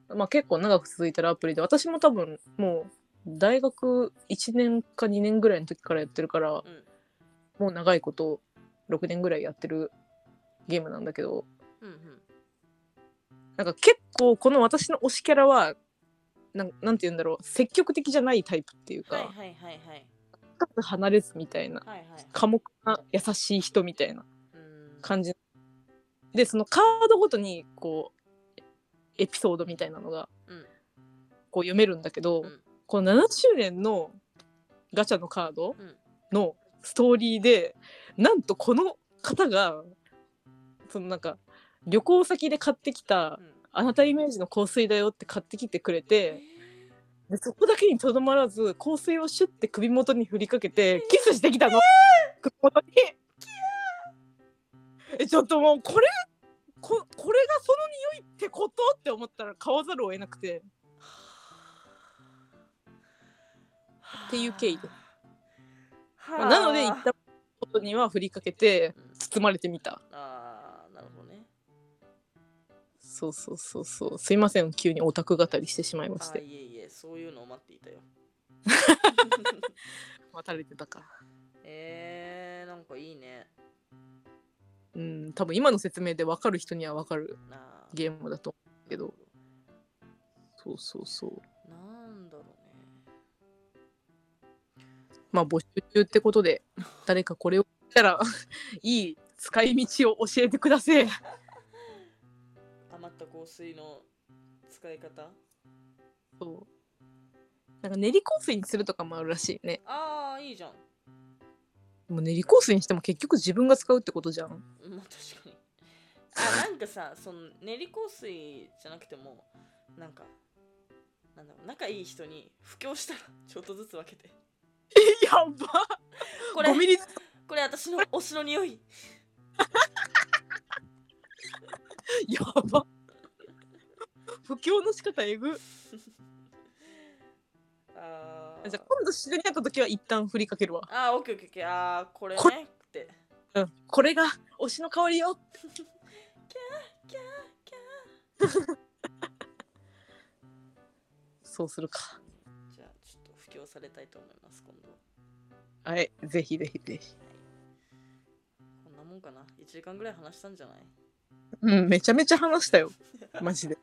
Speaker 1: うん。
Speaker 2: まあ、結構長く続いてるアプリで私も多分もう大学1年か2年ぐらいの時からやってるから、
Speaker 1: ん
Speaker 2: もう長いこと6年ぐらいやってるゲームなんだけど
Speaker 1: うんうん。
Speaker 2: なんか結構この私の推しキャラはなんなんて言うんだろう積極的じゃないタイプっていうか、
Speaker 1: はいはいはいはい。
Speaker 2: 深く離れずみたいな
Speaker 1: はいはい。
Speaker 2: 寡黙な優しい人みたいな
Speaker 1: うーん。
Speaker 2: 感じでそのカードごとにこうエピソードみたいなのが
Speaker 1: うん
Speaker 2: こう読めるんだけど、
Speaker 1: うん
Speaker 2: この7周年のガチャのカード
Speaker 1: うん
Speaker 2: のストーリーでなんとこの方がそのなんか旅行先で買ってきた
Speaker 1: うん
Speaker 2: あなたイメージの香水だよって買ってきてくれて
Speaker 1: え
Speaker 2: でそこだけにとどまらず香水をシュッて首元に振りかけてキスしてきたの、首元にえちょっともうこれここれがその匂いってことって思ったら買わざるを得なくて
Speaker 1: ー
Speaker 2: っていう経緯で
Speaker 1: は
Speaker 2: ま
Speaker 1: あ
Speaker 2: あなので行ったことには振りかけて
Speaker 1: うん
Speaker 2: 包まれてみた
Speaker 1: ああ、なるほどね。
Speaker 2: そうそうそうそうすいません急にオタク語りしてしまいまし
Speaker 1: ああ、
Speaker 2: て
Speaker 1: いえいえ、そういうのを待っていたよ。
Speaker 2: 渡れてたか
Speaker 1: えー、なんかいいね。
Speaker 2: うん多分今の説明で分かる人には分かる
Speaker 1: なあ
Speaker 2: ゲームだと思うけどそうそうそう
Speaker 1: なんだろうね。
Speaker 2: まあ募集中ってことで誰かこれを見たら いい使い道を教えてください
Speaker 1: 余った香水の使い方
Speaker 2: そうなんか練り香水にするとかもあるらしいね
Speaker 1: ああ、いいじゃん。
Speaker 2: でも練り香水にしても結局自分が使うってことじゃん
Speaker 1: まあ確かにあなんかさその練り香水じゃなくてもなんかなんだろう仲いい人に布教したらちょっとずつ分けて
Speaker 2: えやば
Speaker 1: これ
Speaker 2: 5ミリずつ
Speaker 1: これ私の推しの匂い
Speaker 2: やば不況の仕方えぐ
Speaker 1: あーうん
Speaker 2: じゃあ今度自然に会った時は一旦振りかけるわ。
Speaker 1: あーオッケーオッケーオッケーあーこれね
Speaker 2: こ
Speaker 1: って
Speaker 2: うん、これが推しの香りよ。 そうするか。
Speaker 1: じゃあちょっと布教されたいと思います今度
Speaker 2: はい、ぜひぜひぜひ。
Speaker 1: こんなもんかな1時間ぐらい話したんじゃない
Speaker 2: うん、めちゃめちゃ話したよ。マジで。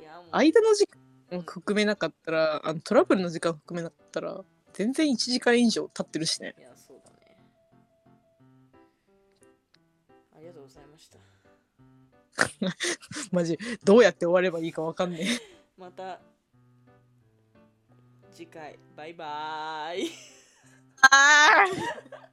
Speaker 1: いやーもう
Speaker 2: 間の時間を含めなかったら、あのトラブルの時間を含めなかったら、全然1時間以上経ってるしね。
Speaker 1: いやそうだねありがとうございました
Speaker 2: マジ、どうやって終わればいいかわかんねえ。
Speaker 1: また次回バイバーイ
Speaker 2: ああ